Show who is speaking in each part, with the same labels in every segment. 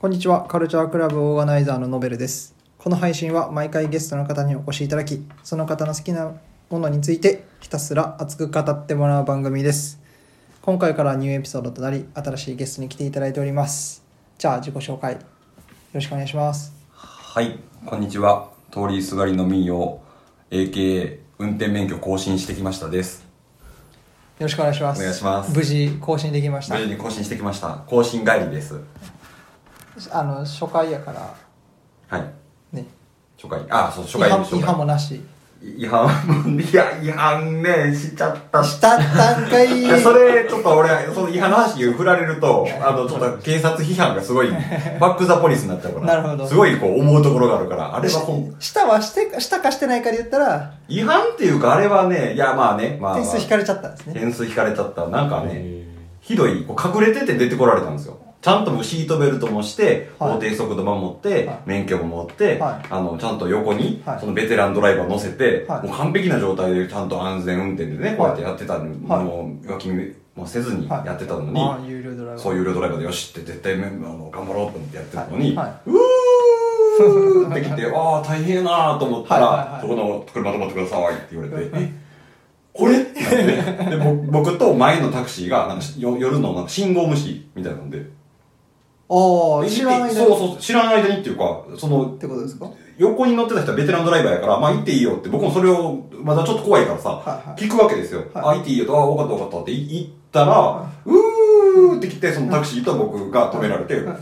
Speaker 1: こんにちは、カルチャークラブオーガナイザーのノベルです。この配信は毎回ゲストの方にお越しいただき、その方の好きなものについてひたすら熱く語ってもらう番組です。今回からニューエピソードとなり、新しいゲストに来ていただいております。じゃあ自己紹介、よろしくお願いします。
Speaker 2: はい、こんにちは。通りすがりの民謡、AKA 運転免許更新してきましたです。
Speaker 1: よろしくお願いします。
Speaker 2: お願いします
Speaker 1: 無事更新できまし
Speaker 2: 無
Speaker 1: た。
Speaker 2: 事に更新してきました。更新帰りです。
Speaker 1: あの、初回やから、
Speaker 2: はい。
Speaker 1: ね。
Speaker 2: 初回。あ、そう、初
Speaker 1: 違
Speaker 2: 回
Speaker 1: 反
Speaker 2: 初
Speaker 1: 違反
Speaker 2: 回。
Speaker 1: もなし。
Speaker 2: 違反も、いや、違反ね、しちゃったし。
Speaker 1: したったんかい。
Speaker 2: いや、それ、ちょっと俺、その違反の話に振られると、あの、ちょっと警察批判がすごい、バックザポリスになっちゃうから。
Speaker 1: なるほど
Speaker 2: すごい、こう、思うところがあるから、あれは本
Speaker 1: ししたはして、したかしてないかで言ったら、
Speaker 2: 違反っていうか、あれはね、いや、まあね、まあ、ま
Speaker 1: 点
Speaker 2: あ
Speaker 1: 数引かれちゃったんですね。
Speaker 2: 点数引かれちゃったなんかねひどいこう隠れてて出てこられたんですよちゃんとシートベルトもして、
Speaker 1: はい
Speaker 2: 法定速度守って、
Speaker 1: はい
Speaker 2: 免許も持って、
Speaker 1: はい
Speaker 2: あのちゃんと横に、
Speaker 1: はい
Speaker 2: そのベテランドライバー乗せて、
Speaker 1: はい
Speaker 2: もう完璧な状態でちゃんと安全運転でねこうやってやってたのに、
Speaker 1: はい
Speaker 2: もう浮気もせずに
Speaker 1: はい
Speaker 2: やってたのに、
Speaker 1: ああ有料ドライバー
Speaker 2: そういうルドライバーでよしって絶対めあの頑張ろうと思ってやってたのに、
Speaker 1: はいは
Speaker 2: うーって 来て、ああ、大変やなーと思ったら、
Speaker 1: はいはいはい
Speaker 2: そこの車止まってくださいって言われて、えこれってなってでぼ僕と前のタクシーがなんかしよ夜のなんか信号無視みたいなんで、
Speaker 1: ああ
Speaker 2: え
Speaker 1: 知らない
Speaker 2: え
Speaker 1: で
Speaker 2: そうそう、知らない間にっていうか、その
Speaker 1: っ、てことですか
Speaker 2: 横に乗ってた人はベテランドライバーやから、まあ行っていいよって、僕もそれを、まだちょっと怖いからさ、
Speaker 1: はいはい
Speaker 2: 聞くわけですよ。
Speaker 1: は
Speaker 2: あ、行っていいよと、あ、分かった分かったって言ったら、うーって来て、そのタクシーと僕が止められて、二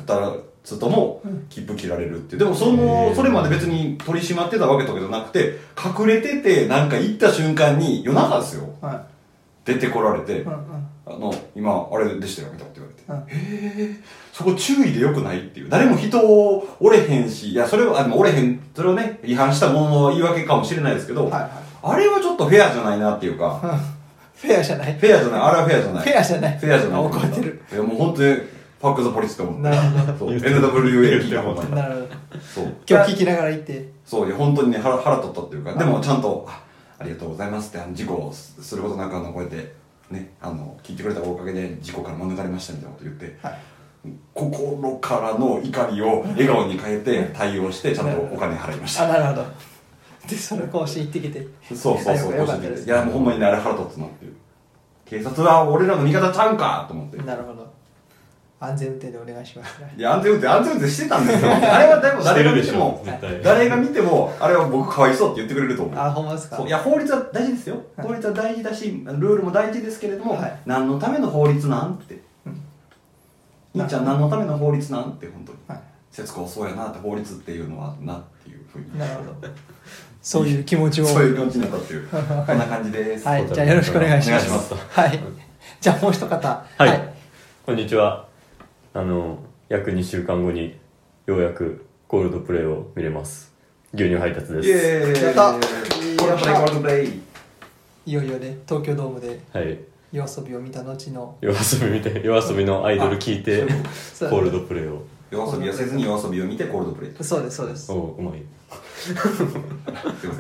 Speaker 2: つとも切符切られるっていう。でもその、それまで別に取り締まってたわけとかじゃなくて、隠れてて、なんか行った瞬間に、夜中ですよ。
Speaker 1: は
Speaker 2: 出てこられて
Speaker 1: い、うんうん
Speaker 2: あの、今、あれでしたよ、みたいなこと言われて。
Speaker 1: うん
Speaker 2: そこ注意でよくないっていう。誰も人を折れへんし、いや、それは、あの折れへん、それをね、違反したものの言い訳かもしれないですけど、
Speaker 1: はいはい
Speaker 2: あれはちょっとフェアじゃないなっていうか、
Speaker 1: フェアじゃない
Speaker 2: フェアじゃない、あれはフェアじゃない。
Speaker 1: フェアじゃない
Speaker 2: フェアじゃない。
Speaker 1: あ怒ってる。
Speaker 2: いや、もう本当に、ファックザポリスって思って。
Speaker 1: なる
Speaker 2: そう、NWA って思った。
Speaker 1: なるほど
Speaker 2: そう。
Speaker 1: 今日聞きながら行って
Speaker 2: そう、いや、本当にね、腹、腹取ったっていうか、
Speaker 1: い
Speaker 2: でもちゃんと、あありがとうございますって、あの、事故をすすることなく、あの、こうやって、ね、あの、聞いてくれたおかげで、事故から免れましたみたいなこと言って、
Speaker 1: はい
Speaker 2: 心からの怒りを笑顔に変えて対応してちゃんとお金払いまし
Speaker 1: あ
Speaker 2: た
Speaker 1: なるほどでその講師行ってきて
Speaker 2: そうそうそう
Speaker 1: あよかったです
Speaker 2: いやもうほんまにねあれ腹立つなっていう警察は俺らの味方ちゃうんかと思って
Speaker 1: なるほど安全運転でお願いします
Speaker 2: いや安全運転安全運転してたんですよあれはでも誰が見ても
Speaker 3: してるでしょ絶対
Speaker 2: 誰が見てもあれは僕かわいそうって言ってくれると思う
Speaker 1: あほんまですか
Speaker 2: そういや法律は大事ですよ、法律は大事だしルールも大事ですけれども、
Speaker 1: はい
Speaker 2: 何のための法律なんって、兄ちゃん何のための法律なんって本当に、
Speaker 1: はい
Speaker 2: 節子そうやなって法律っていうのはなっていうふうに
Speaker 1: なるほどそういう気持ちを
Speaker 2: そういう感じになった っていうこんな感じです、
Speaker 1: はいじゃあよろしくお願いしま
Speaker 2: お願い
Speaker 1: す
Speaker 2: し
Speaker 1: はいじゃあもう一方
Speaker 3: はい、こんにちはあの約2週間後にようやくコールドプレイを見れます牛乳配達
Speaker 2: イ
Speaker 3: です
Speaker 2: エーイ
Speaker 1: やった
Speaker 2: コラボレイコラボレイ
Speaker 1: いよいよね東京ドームで
Speaker 3: はい
Speaker 1: 夜遊びを見た後の
Speaker 3: 夜遊び見て夜遊びのアイドル聞いて
Speaker 1: そう
Speaker 3: コールドプレイを
Speaker 2: 夜遊びはせずに夜遊びを見てコールド プレイと
Speaker 1: そうですそうです
Speaker 3: おううまい
Speaker 2: すいません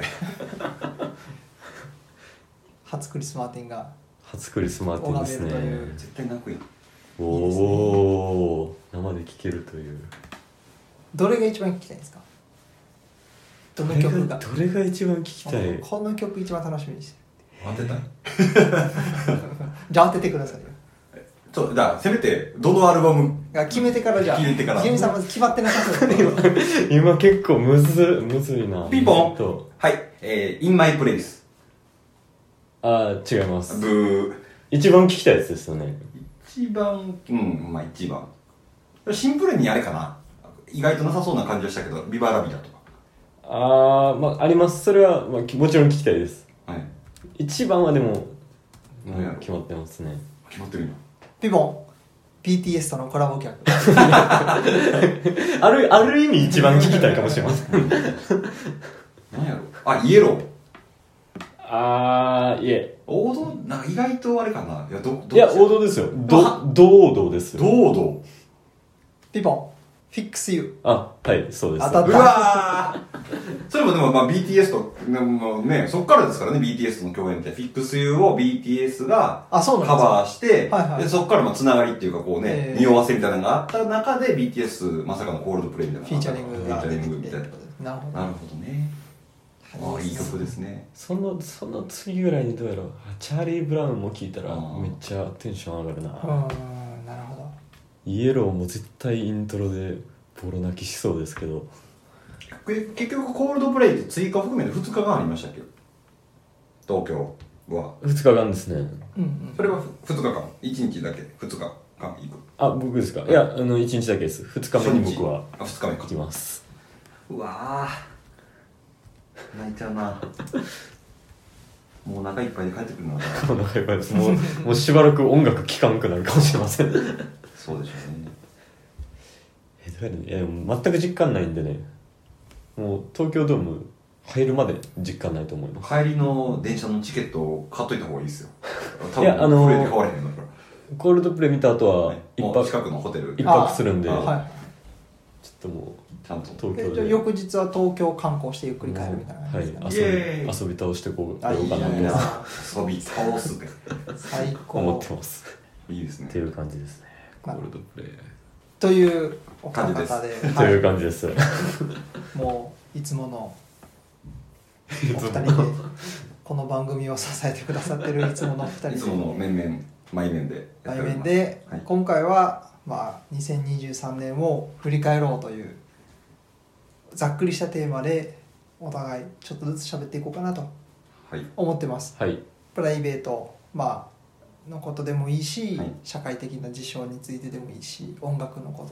Speaker 1: 初クリス・マーティンが
Speaker 3: 初クリスマーティンです
Speaker 1: 拝めるとい
Speaker 3: ね
Speaker 1: う
Speaker 2: 絶対泣くやん
Speaker 3: おおー生で聴けるという
Speaker 1: どれが一番聴きたいですかどの曲が
Speaker 3: どれが一番聴きたい
Speaker 1: この曲一番楽しみにして
Speaker 2: 当てたい
Speaker 1: るじゃあ当ててくださいよ
Speaker 2: ちょっとじゃあせめてどのアルバム
Speaker 1: が決めてからじゃあ
Speaker 2: 決めてから
Speaker 1: ジェミさんまず決まってなさそうだから
Speaker 3: 今結構むずむずいな
Speaker 2: ピンポン
Speaker 3: と
Speaker 2: はいえー、In My Place
Speaker 3: あー違います
Speaker 2: ブ
Speaker 3: 一番聴きたいやつですよね
Speaker 2: ー一番うんまあ一番シンプルにあれかな意外となさそうな感じはしたけどビバラビだと
Speaker 3: ああまあありますそれは、まあ、きもちろん聞きたいです
Speaker 2: かはい
Speaker 3: 一番はでもも
Speaker 2: 何やろ
Speaker 3: う決まってますね
Speaker 2: 決まってるよ
Speaker 1: ピボン BTS とのコラボ曲
Speaker 3: あるある意味一番聞きたいかもしれません
Speaker 2: なんやろあイエロー
Speaker 3: ああいえ
Speaker 2: 王道なんか意外とあれかないやどど
Speaker 3: いや王道ですよど
Speaker 2: あ
Speaker 3: 堂々ですよ
Speaker 2: 堂々
Speaker 1: ピボフィックスユ
Speaker 3: あ、はい、そうです。
Speaker 1: 当たっ
Speaker 2: うわー それもでもまあ BTS と、ねもうね、そっからですからね、BTS との共演って。FixYou を BTS が
Speaker 1: ーあそう
Speaker 2: カ
Speaker 1: なんです
Speaker 2: バーして、
Speaker 1: はいはい
Speaker 2: でそっからまあつながりっていうかこうね
Speaker 1: え、ー
Speaker 2: 匂わせみたいなのがあった中で BTS まさかのコールドプレイみたいな。
Speaker 1: フィーチャリング
Speaker 2: フィ
Speaker 1: が
Speaker 2: ーチャ
Speaker 1: 出
Speaker 2: リ
Speaker 1: て
Speaker 2: ン
Speaker 1: き
Speaker 2: グみ
Speaker 1: て
Speaker 2: たいな。
Speaker 1: なるほ
Speaker 2: なるほどね。
Speaker 1: ど
Speaker 2: ああ、いい曲ですね。
Speaker 3: その、その次ぐらいにどうやろう。チャーリー・ブラウンも聞いたら
Speaker 2: あー
Speaker 3: めっちゃテンション上がる
Speaker 1: う
Speaker 3: な。
Speaker 1: ーんなるほど
Speaker 3: イエローも絶対イントロでボロ泣きしそうですけど。
Speaker 2: け結局コールドプレイって追加含めて2日間ありましたっけ東京は。
Speaker 3: 2日間ですね。
Speaker 1: うんうん
Speaker 2: それは2日間 ?1 日だけ ?2 日間行く
Speaker 3: あ、僕ですかいや、あの、1日だけです。2日目に僕は
Speaker 2: 初日あ、2日目
Speaker 3: 行
Speaker 2: か
Speaker 3: き。ます。
Speaker 2: うわー泣いちゃうなもうお腹いっぱいで帰ってくるな
Speaker 3: お腹いっぱいです。もう、もうしばらく音楽聴かんくなるかもしれませ
Speaker 2: そ
Speaker 3: ん。
Speaker 2: うでしょうね
Speaker 3: えどうやるのいやでも全く実感ないんでねもう東京ドーム入るまで実感ないと思います
Speaker 2: 帰りの電車のチケットを買っといた方がいいですよ多
Speaker 3: いやあのー
Speaker 2: プレイで買われへんのだか
Speaker 3: コールドプレイ見た後
Speaker 2: ら、
Speaker 3: は
Speaker 2: ね、
Speaker 3: 一
Speaker 2: も
Speaker 3: 泊、
Speaker 2: う近くのホテル
Speaker 3: 一
Speaker 2: ち
Speaker 1: あ
Speaker 3: 泊するんでち
Speaker 2: あ
Speaker 3: ょっ
Speaker 1: は
Speaker 3: とも
Speaker 2: ゃん
Speaker 3: う
Speaker 2: と
Speaker 3: 東
Speaker 1: いえ
Speaker 3: 京
Speaker 1: じゃあ
Speaker 3: で
Speaker 1: 翌日は東京観光してゆっくり帰るみたいな
Speaker 3: は
Speaker 1: 感
Speaker 3: い
Speaker 1: じですかね、
Speaker 2: イエ
Speaker 3: 遊
Speaker 2: ー
Speaker 3: び遊び倒してこう
Speaker 1: あ
Speaker 3: こ
Speaker 1: いいじ
Speaker 3: ようか
Speaker 1: ゃ
Speaker 3: な
Speaker 1: ない
Speaker 3: と
Speaker 1: で
Speaker 2: な
Speaker 1: すか
Speaker 2: 遊び倒すね
Speaker 1: 最高
Speaker 3: 思ってます
Speaker 2: いいです
Speaker 3: って
Speaker 2: ね
Speaker 3: いう感じですねコ
Speaker 1: まあ
Speaker 3: ールド プレイ
Speaker 1: というお方で
Speaker 2: 感
Speaker 3: という
Speaker 1: は
Speaker 3: 感じです い
Speaker 1: い、もういつものお
Speaker 3: つ
Speaker 1: 二
Speaker 3: も
Speaker 1: 人でこの番組を支えてくださってるいつものお二
Speaker 2: いつ
Speaker 1: 人
Speaker 2: もの面々毎面でやっ
Speaker 1: 対
Speaker 2: ており
Speaker 1: 面
Speaker 2: ます
Speaker 1: で、
Speaker 2: はい
Speaker 1: 今回は、まあ、2023年を振り返ろうというざっくりしたテーマでお互いちょっとずつ喋っていこうかなと
Speaker 2: はい
Speaker 1: 思ってます
Speaker 3: はい
Speaker 1: プライベート、まあのことでもいいし、
Speaker 2: はい
Speaker 1: 社会的な事象についてでもいいし音楽のこ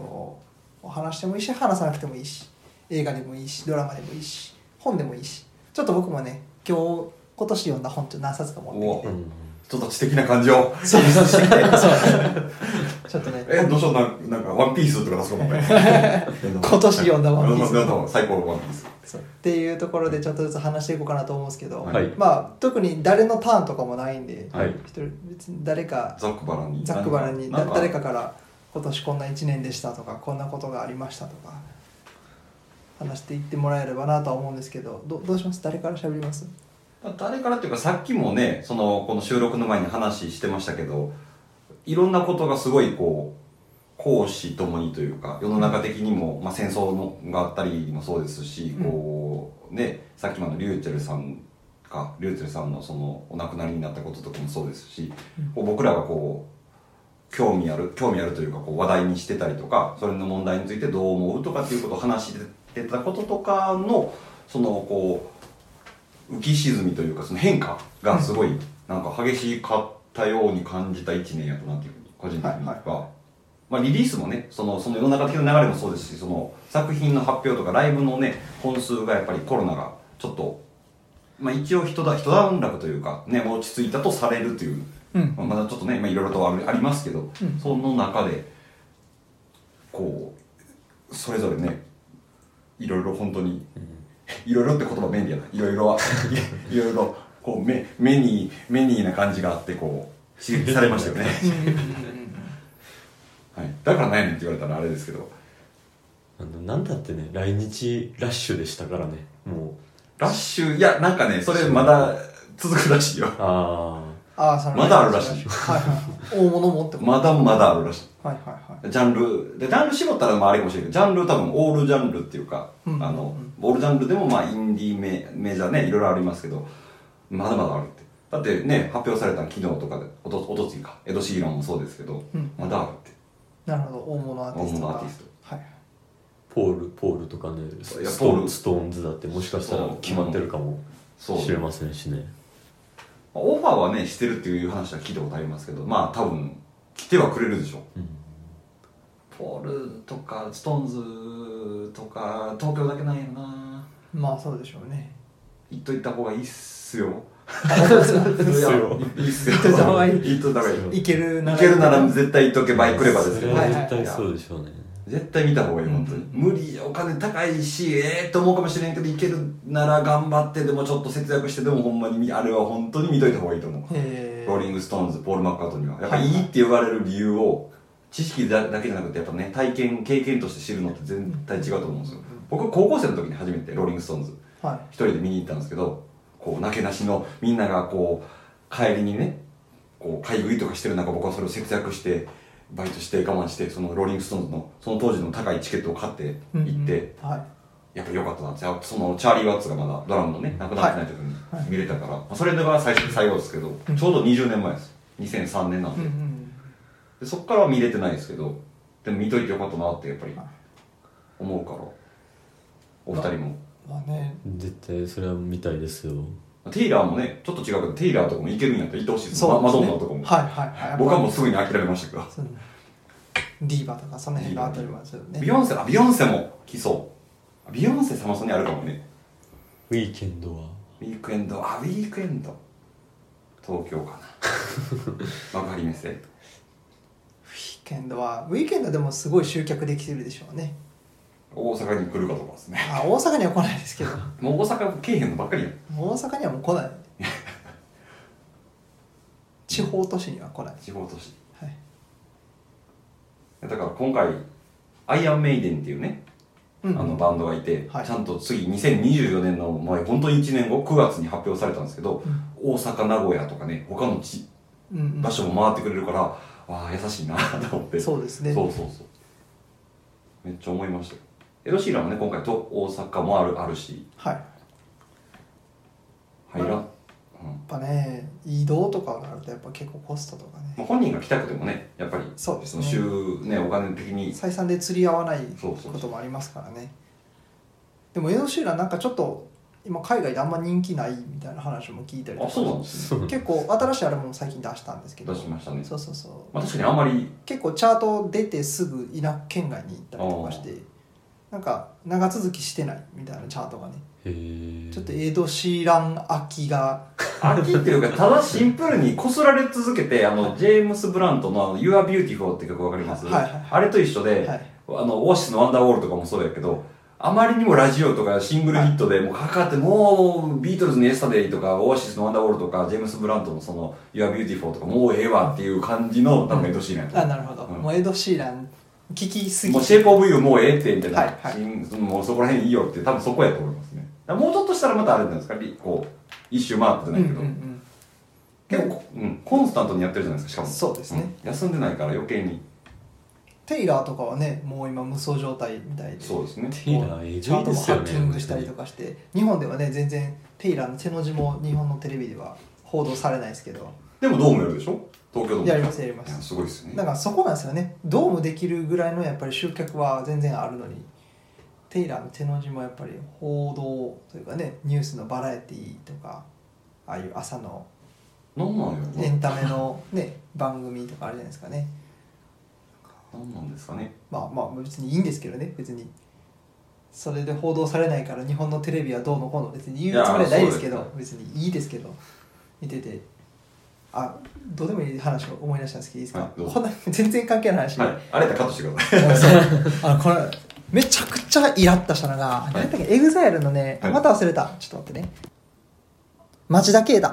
Speaker 1: とを話してもいいし話さなくてもいいし映画でもいいしドラマでもいいし本でもいいしちょっと僕もね今日今年読んだ本ちょっと何冊か持って
Speaker 3: う
Speaker 1: きて
Speaker 3: ん
Speaker 2: ちょっと知的な感じを
Speaker 1: そうそう そう ちょっとね
Speaker 2: えどうしようなんなんかワンピースとか出すかもね
Speaker 1: 今年読んだワンピース
Speaker 2: どうぞどうぞ最高のワンピース
Speaker 1: そうっていうところでちょっとずつ話していこうかなと思うんですけど、
Speaker 2: はい
Speaker 3: はい
Speaker 1: まあ特に誰のターンとかもないんで、
Speaker 3: はい
Speaker 1: 一人別に誰か
Speaker 2: ザックバラに
Speaker 1: ざっくばらんに
Speaker 2: な
Speaker 1: だ
Speaker 2: ん
Speaker 1: 誰かから今年こんな1年でしたとかこんなことがありましたとか話していってもらえればなとは思うんですけどどどうします誰から喋ります
Speaker 2: 誰からっていうかさっきもねそのこの収録の前に話してましたけどいろんなことがすごいこう公私ともにというか世の中的にも、まあ、戦争のがあったりもそうですし、
Speaker 1: うん
Speaker 2: こうねさっきまでのリューチェルさんかリューチェルさんのそのお亡くなりになったこととかもそうですし、
Speaker 1: うん
Speaker 2: こう僕らがこう興味ある興味あるというかこう話題にしてたりとかそれの問題についてどう思うとかっていうことを話してたこととかのそのこう浮き沈みというかその変化がすごいなんか激しかったように感じた1年やったなっていうふうに個人的には、
Speaker 1: はい
Speaker 2: まあ、リリースもねそのその世の中的な流れもそうですしその作品の発表とかライブのね本数がやっぱりコロナがちょっと、まあ、一応人だ人段落というか、ね、落ち着いたとされるという、
Speaker 1: うん
Speaker 2: まあまだちょっとね、まあ、いろいろとあるありますけど、
Speaker 1: うん
Speaker 2: その中でこうそれぞれねいろいろ本当にいろいろって言葉便利やないろいろは いろいろこう目目に目にな感じがあってこう刺激されましたよね、 はい、だから何やねんって言われたらあれですけど
Speaker 3: あのなんだってね来日ラッシュでしたからねも
Speaker 2: ラッシュいやなんかねそれまだ続くらしいよ
Speaker 3: うあ
Speaker 1: ああその
Speaker 2: まだあるらしい
Speaker 1: はいはい大物もってこと
Speaker 2: まだまだあるらしい
Speaker 1: はいはいはい
Speaker 2: ジャンルでジャンル絞ったらまああれかもしれないけどジャンル多分オールジャンルっていうか、
Speaker 1: うん
Speaker 2: あのオールジャンルでもまあインディーメメジャーねいろいろありますけどまだまだあるってだってね発表されたの昨日とかでおとおとついかエド・シーランもそうですけど、
Speaker 1: うん
Speaker 2: まだあるって
Speaker 1: なるほど大物アーティスト
Speaker 2: 大
Speaker 1: が
Speaker 2: 物アーティス
Speaker 1: はい
Speaker 3: ーポールポールとかね
Speaker 2: いや
Speaker 3: ス
Speaker 2: ポ
Speaker 3: ト
Speaker 2: ー
Speaker 3: ー
Speaker 2: ル
Speaker 3: ンストーンズだってもしかしたら決まってるかも
Speaker 2: そう
Speaker 3: しれませんしね
Speaker 2: オファーはねしてるっていう話は聞いたことありますけどまあ多分来てはくれるでしょ
Speaker 3: うん
Speaker 2: ポールとかストーンズとか東京だけなんやろな
Speaker 1: まあそうでしょうね
Speaker 2: 行っといた方がいいっすよ
Speaker 3: っすよ
Speaker 2: いいっすよ
Speaker 1: 行っといた方がい
Speaker 2: 行っといた方がいい
Speaker 1: いけるな
Speaker 2: 行
Speaker 1: ら
Speaker 2: けるなら絶対行っとけば行くればです
Speaker 3: そ
Speaker 2: け
Speaker 3: れ
Speaker 2: ど、
Speaker 3: は
Speaker 1: はい
Speaker 3: 絶対そうでしょうね、
Speaker 2: 絶対見た方がいい本当に、
Speaker 1: うん
Speaker 2: 無理お金高いしええと思うかもしれんけど行けるなら頑張ってでもちょっと節約してでもほんまに見あれは本当に見といた方がいいと思う
Speaker 1: へえ
Speaker 2: ローリング・ストーンズ、ポール・マッカートニーは、やっぱいいって言われる理由を知識だだけじゃなくてやっぱね体験経験として知るのって全体違うと思うんですよ僕高校生の時に初めてローリング・ストーンズ
Speaker 1: は
Speaker 2: 一人で見に行ったんですけどこうなけなしのみんながこう帰りにねこう買い食いとかしてる中僕はそれを節約してバイトして我慢してそのローリング・ストーンズのその当時の高いチケットを買って
Speaker 1: い。
Speaker 2: 行って、
Speaker 1: うんうんはい。
Speaker 2: やっぱ良かったなってあそのチャーリー・ワッツがまだドラムのね亡くなってない時
Speaker 1: はいはい
Speaker 2: に見れたから、まあそれが最初最後ですけど、
Speaker 1: うん
Speaker 2: ちょうど20年前です2003年なん
Speaker 1: う
Speaker 2: で,、
Speaker 1: んうん。
Speaker 2: でそっからは見れてないですけどでも見といてよかったなってやっぱり
Speaker 1: はい
Speaker 2: 思うからお二人も、
Speaker 1: まあね、
Speaker 3: 絶対それは見たいですよ
Speaker 2: テイラーもねちょっと違うけどテイラーとかもいけるんやったら行ってほしいです
Speaker 1: そう
Speaker 2: マ
Speaker 1: です
Speaker 2: ド
Speaker 1: ね
Speaker 2: ンナとかも、
Speaker 1: はいはいはい。
Speaker 2: 僕はもうすぐに諦めましたけど、
Speaker 1: そうねディーバとかその辺のあたりはちょっとね
Speaker 2: ビ。ヨンセあビヨンセも来そうビヨンセサマソニあるかもね
Speaker 3: ウィーケンドは
Speaker 2: ウィークエンドあウィークエンド東京か な幕張メッセ
Speaker 1: ウィーケンドはウィーケンドでもすごい集客できてるでしょうね。
Speaker 2: 大阪に来るかとかですね
Speaker 1: あ大阪には来ないですけ ど、
Speaker 2: もう大阪来えへんのばっかりやん
Speaker 1: 大阪にはもう来 ない。地方都市には来ない。
Speaker 2: 地方都市
Speaker 1: はい。
Speaker 2: だから今回アイアンメイデンっていうね、
Speaker 1: うん
Speaker 2: あのバンドがいて、
Speaker 1: はい
Speaker 2: ちゃんと次2024年の前本当に1年後9月に発表されたんですけど、大阪名古屋とかね他の地
Speaker 1: うんうん
Speaker 2: 場所も回ってくれるから、ああ優しいなと思って
Speaker 1: そうですね
Speaker 2: そうそうそうめっちゃ思いましたよエド・シーランもね今回と大阪もあるあるし
Speaker 1: はい。や
Speaker 2: 入らん、うん
Speaker 1: っぱね移動とかになるとやっぱ結構コストとかね。
Speaker 2: まあ、本人が来たくてもねやっぱり
Speaker 1: そうです
Speaker 2: の
Speaker 1: ね
Speaker 2: 週ねお金的に
Speaker 1: 採算で釣り合わない
Speaker 2: そうそうそう
Speaker 1: こともありますからねでもエド・シーランなんかちょっと今海外であんま人気ないみたいな話も聞いたりと
Speaker 2: あ
Speaker 1: か
Speaker 2: そうなんですね
Speaker 3: そう
Speaker 1: 結構新しいアルバムも最近出したんですけど
Speaker 2: 出しましたね、
Speaker 1: そうそうそう
Speaker 2: まあ、確かにあんまり
Speaker 1: 結構チャート出てすぐ田舎県外に行ったりとかしてなんか長続きしてないみたいなチャートがね
Speaker 3: へえ
Speaker 1: ちょっとエド・シーラン秋が
Speaker 2: 秋っていうかただシンプルにこすられ続けてあのジェームス・ブラントのあの「You are Beautiful」って曲わかります、
Speaker 1: はいはい
Speaker 2: あれと一緒で、
Speaker 1: はい
Speaker 2: あのオアシスの「ワンダーウォール」とかもそうやけどあまりにもラジオとかシングルヒットでもうかかってもうビートルズの「エスタデイ」とかオアシスの「ワンダーウォール」とかジェームス・ブラントのその「You are Beautiful」とかもうええわっていう感じのなんか愛しいなと
Speaker 1: あなるほど、
Speaker 2: うん
Speaker 1: もうエド・シーラン聞きすぎ
Speaker 2: もうシェイプオブユーもうええってみたいな、
Speaker 1: はいはい
Speaker 2: しんもうそこら辺いいよって多分そこやと思いますねだからもうちょっとしたらまたあれじゃないですかりこう一周回ったじゃ
Speaker 1: うん
Speaker 2: な
Speaker 1: う
Speaker 2: い
Speaker 1: ん
Speaker 2: けど、
Speaker 1: うん
Speaker 2: 結構、うん、コンスタントにやってるじゃないですかしか
Speaker 1: そ
Speaker 2: も
Speaker 1: うですね、
Speaker 2: うん休んでないから余計に
Speaker 1: テイラーとかはねもう今無双状態みたいで
Speaker 2: そうですね
Speaker 3: テイラーえ
Speaker 1: チャー
Speaker 3: ぐい
Speaker 1: ト
Speaker 3: で
Speaker 1: も
Speaker 3: す
Speaker 1: ハ
Speaker 3: よ
Speaker 1: ッ
Speaker 3: ね
Speaker 1: キングしたりとかして日本ではね全然テイラーの手の字も日本のテレビでは報道されないですけど
Speaker 2: でもドームやるでしょ東京ドーム
Speaker 1: やりますやりま
Speaker 2: いや
Speaker 1: す
Speaker 2: すごいですよ
Speaker 1: だ
Speaker 2: ね
Speaker 1: からそこなんですよねドームできるぐらいのやっぱり集客は全然あるのにテイラーの手の字もやっぱり報道というかねニュースのバラエティーとかああいう朝の
Speaker 2: なんなんやろ
Speaker 1: エンタメのね番組とかあるじゃないですかね
Speaker 2: なんなんですかね
Speaker 1: まあまあ別にいいんですけどね別にそれで報道されないから日本のテレビはどうのこうの別に言うつもりはないですけ
Speaker 2: いや
Speaker 1: ど別にいいですけど見ててあどうでもいい話を思い出したんですけどいいですか、
Speaker 2: はいどうぞ
Speaker 1: こんな全然関係ない話、
Speaker 2: はいあれやったらカットしてください
Speaker 1: あのこれめちゃくちゃイラッとしたのが、
Speaker 2: い
Speaker 1: 何だっけエグザイルのね
Speaker 2: はい
Speaker 1: また忘れた、ちょっと待ってね町田啓太なん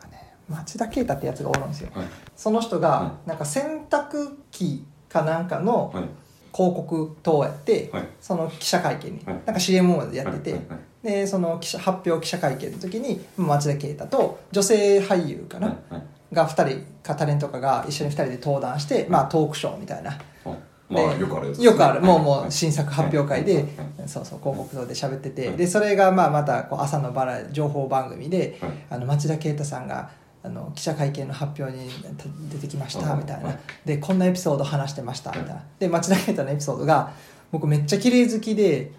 Speaker 1: かね町田啓太ってやつがおるんですよ
Speaker 2: はい
Speaker 1: その人
Speaker 2: は
Speaker 1: がなんか洗濯機かなんかの
Speaker 2: はい
Speaker 1: 広告等をやって、
Speaker 2: はい
Speaker 1: その記者会見に、
Speaker 2: はい
Speaker 1: なんか CM をやってて、
Speaker 2: はいはい
Speaker 1: でその記者発表記者会見の時に町田啓太と女性俳優かな、
Speaker 2: はいはい
Speaker 1: が2人かタレントかが一緒に2人で登壇して、まあ、トークショーみたいな
Speaker 2: はいまあ
Speaker 1: で
Speaker 2: よくあるやつ
Speaker 1: よくあるもう
Speaker 2: は
Speaker 1: も
Speaker 2: いう
Speaker 1: 新作発表会で、
Speaker 2: はい
Speaker 1: そうそう広告堂で喋ってて、
Speaker 2: はい
Speaker 1: でそれがまあまたこう朝のバラ情報番組で、
Speaker 2: はい
Speaker 1: あの町田啓太さんがあの記者会見の発表にた出てきまし
Speaker 2: は
Speaker 1: た
Speaker 2: い
Speaker 1: みたいな、
Speaker 2: はい
Speaker 1: でこんなエピソード話してましたみ
Speaker 2: は
Speaker 1: た
Speaker 2: い
Speaker 1: いな、で町田啓太のエピソードが僕めっちゃ綺麗好きで。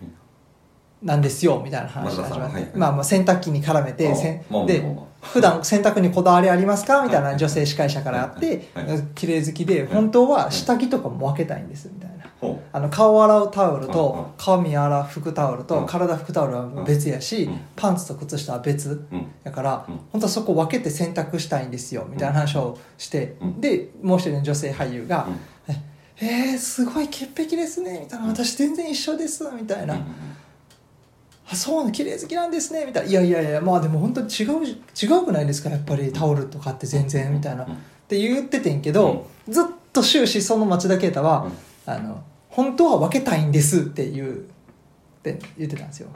Speaker 1: なんですよみたいな話が始まっ
Speaker 2: 町田さんは
Speaker 1: て、
Speaker 2: いはい
Speaker 1: まあ、まあ洗濯機に絡め
Speaker 2: あ
Speaker 1: て
Speaker 2: あ
Speaker 1: せん
Speaker 2: まあまあ
Speaker 1: で
Speaker 2: まあまあ
Speaker 1: 普段洗濯にこだわりありますかみたい
Speaker 2: は
Speaker 1: ない女性司会者からあって
Speaker 2: はいはい
Speaker 1: 綺麗好きで本当は下着とかも分けたいんですみたいな
Speaker 2: ほ
Speaker 1: あの顔洗うタオル
Speaker 2: うんうん
Speaker 1: と髪洗う服タオル
Speaker 2: う
Speaker 1: と
Speaker 2: ん
Speaker 1: 体拭くタオルは別やし
Speaker 2: うん
Speaker 1: パンツと靴下は別
Speaker 2: ううん
Speaker 1: だから
Speaker 2: うん
Speaker 1: 本当はそこ分けて洗濯したいんですよみたいな話をして
Speaker 2: うん
Speaker 1: でもう一人の女性俳優が
Speaker 2: うん
Speaker 1: 「えー、すごい潔癖ですね」みたいな「私全然一緒です」みたいなあそうなの綺麗好きなんですねみたいないやいやいやまあでも本当に違う違うくないですかやっぱりタオルとかって全然みたいなっ
Speaker 2: うん
Speaker 1: て言っててんけど、ずっと終始その町田啓太は、あの本当は分けたいんですっていうって言ってたんですよ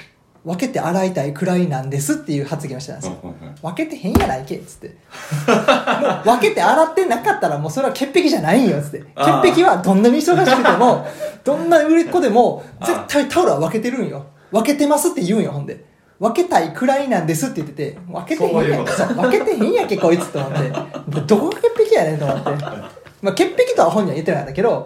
Speaker 1: 分けて洗いたいくらいなんですっていう発言をしてたんですよ、分けてへんやないけっつってもう分けて洗ってなかったらもうそれは潔癖じゃないんよっつって
Speaker 2: あー
Speaker 1: 潔癖はどんなに忙しくて もどんな売れっ子でも絶対タオルは分けてるんよ分けてますって言うんよほんで分けたいくらいなんですって言ってて分けてへ
Speaker 2: そうんいう
Speaker 1: やん
Speaker 2: こと
Speaker 1: そう分けてへんやんけこいつと思ってどこが潔癖やねんと思って、まあ、潔癖とは本人は言ってないんだけど、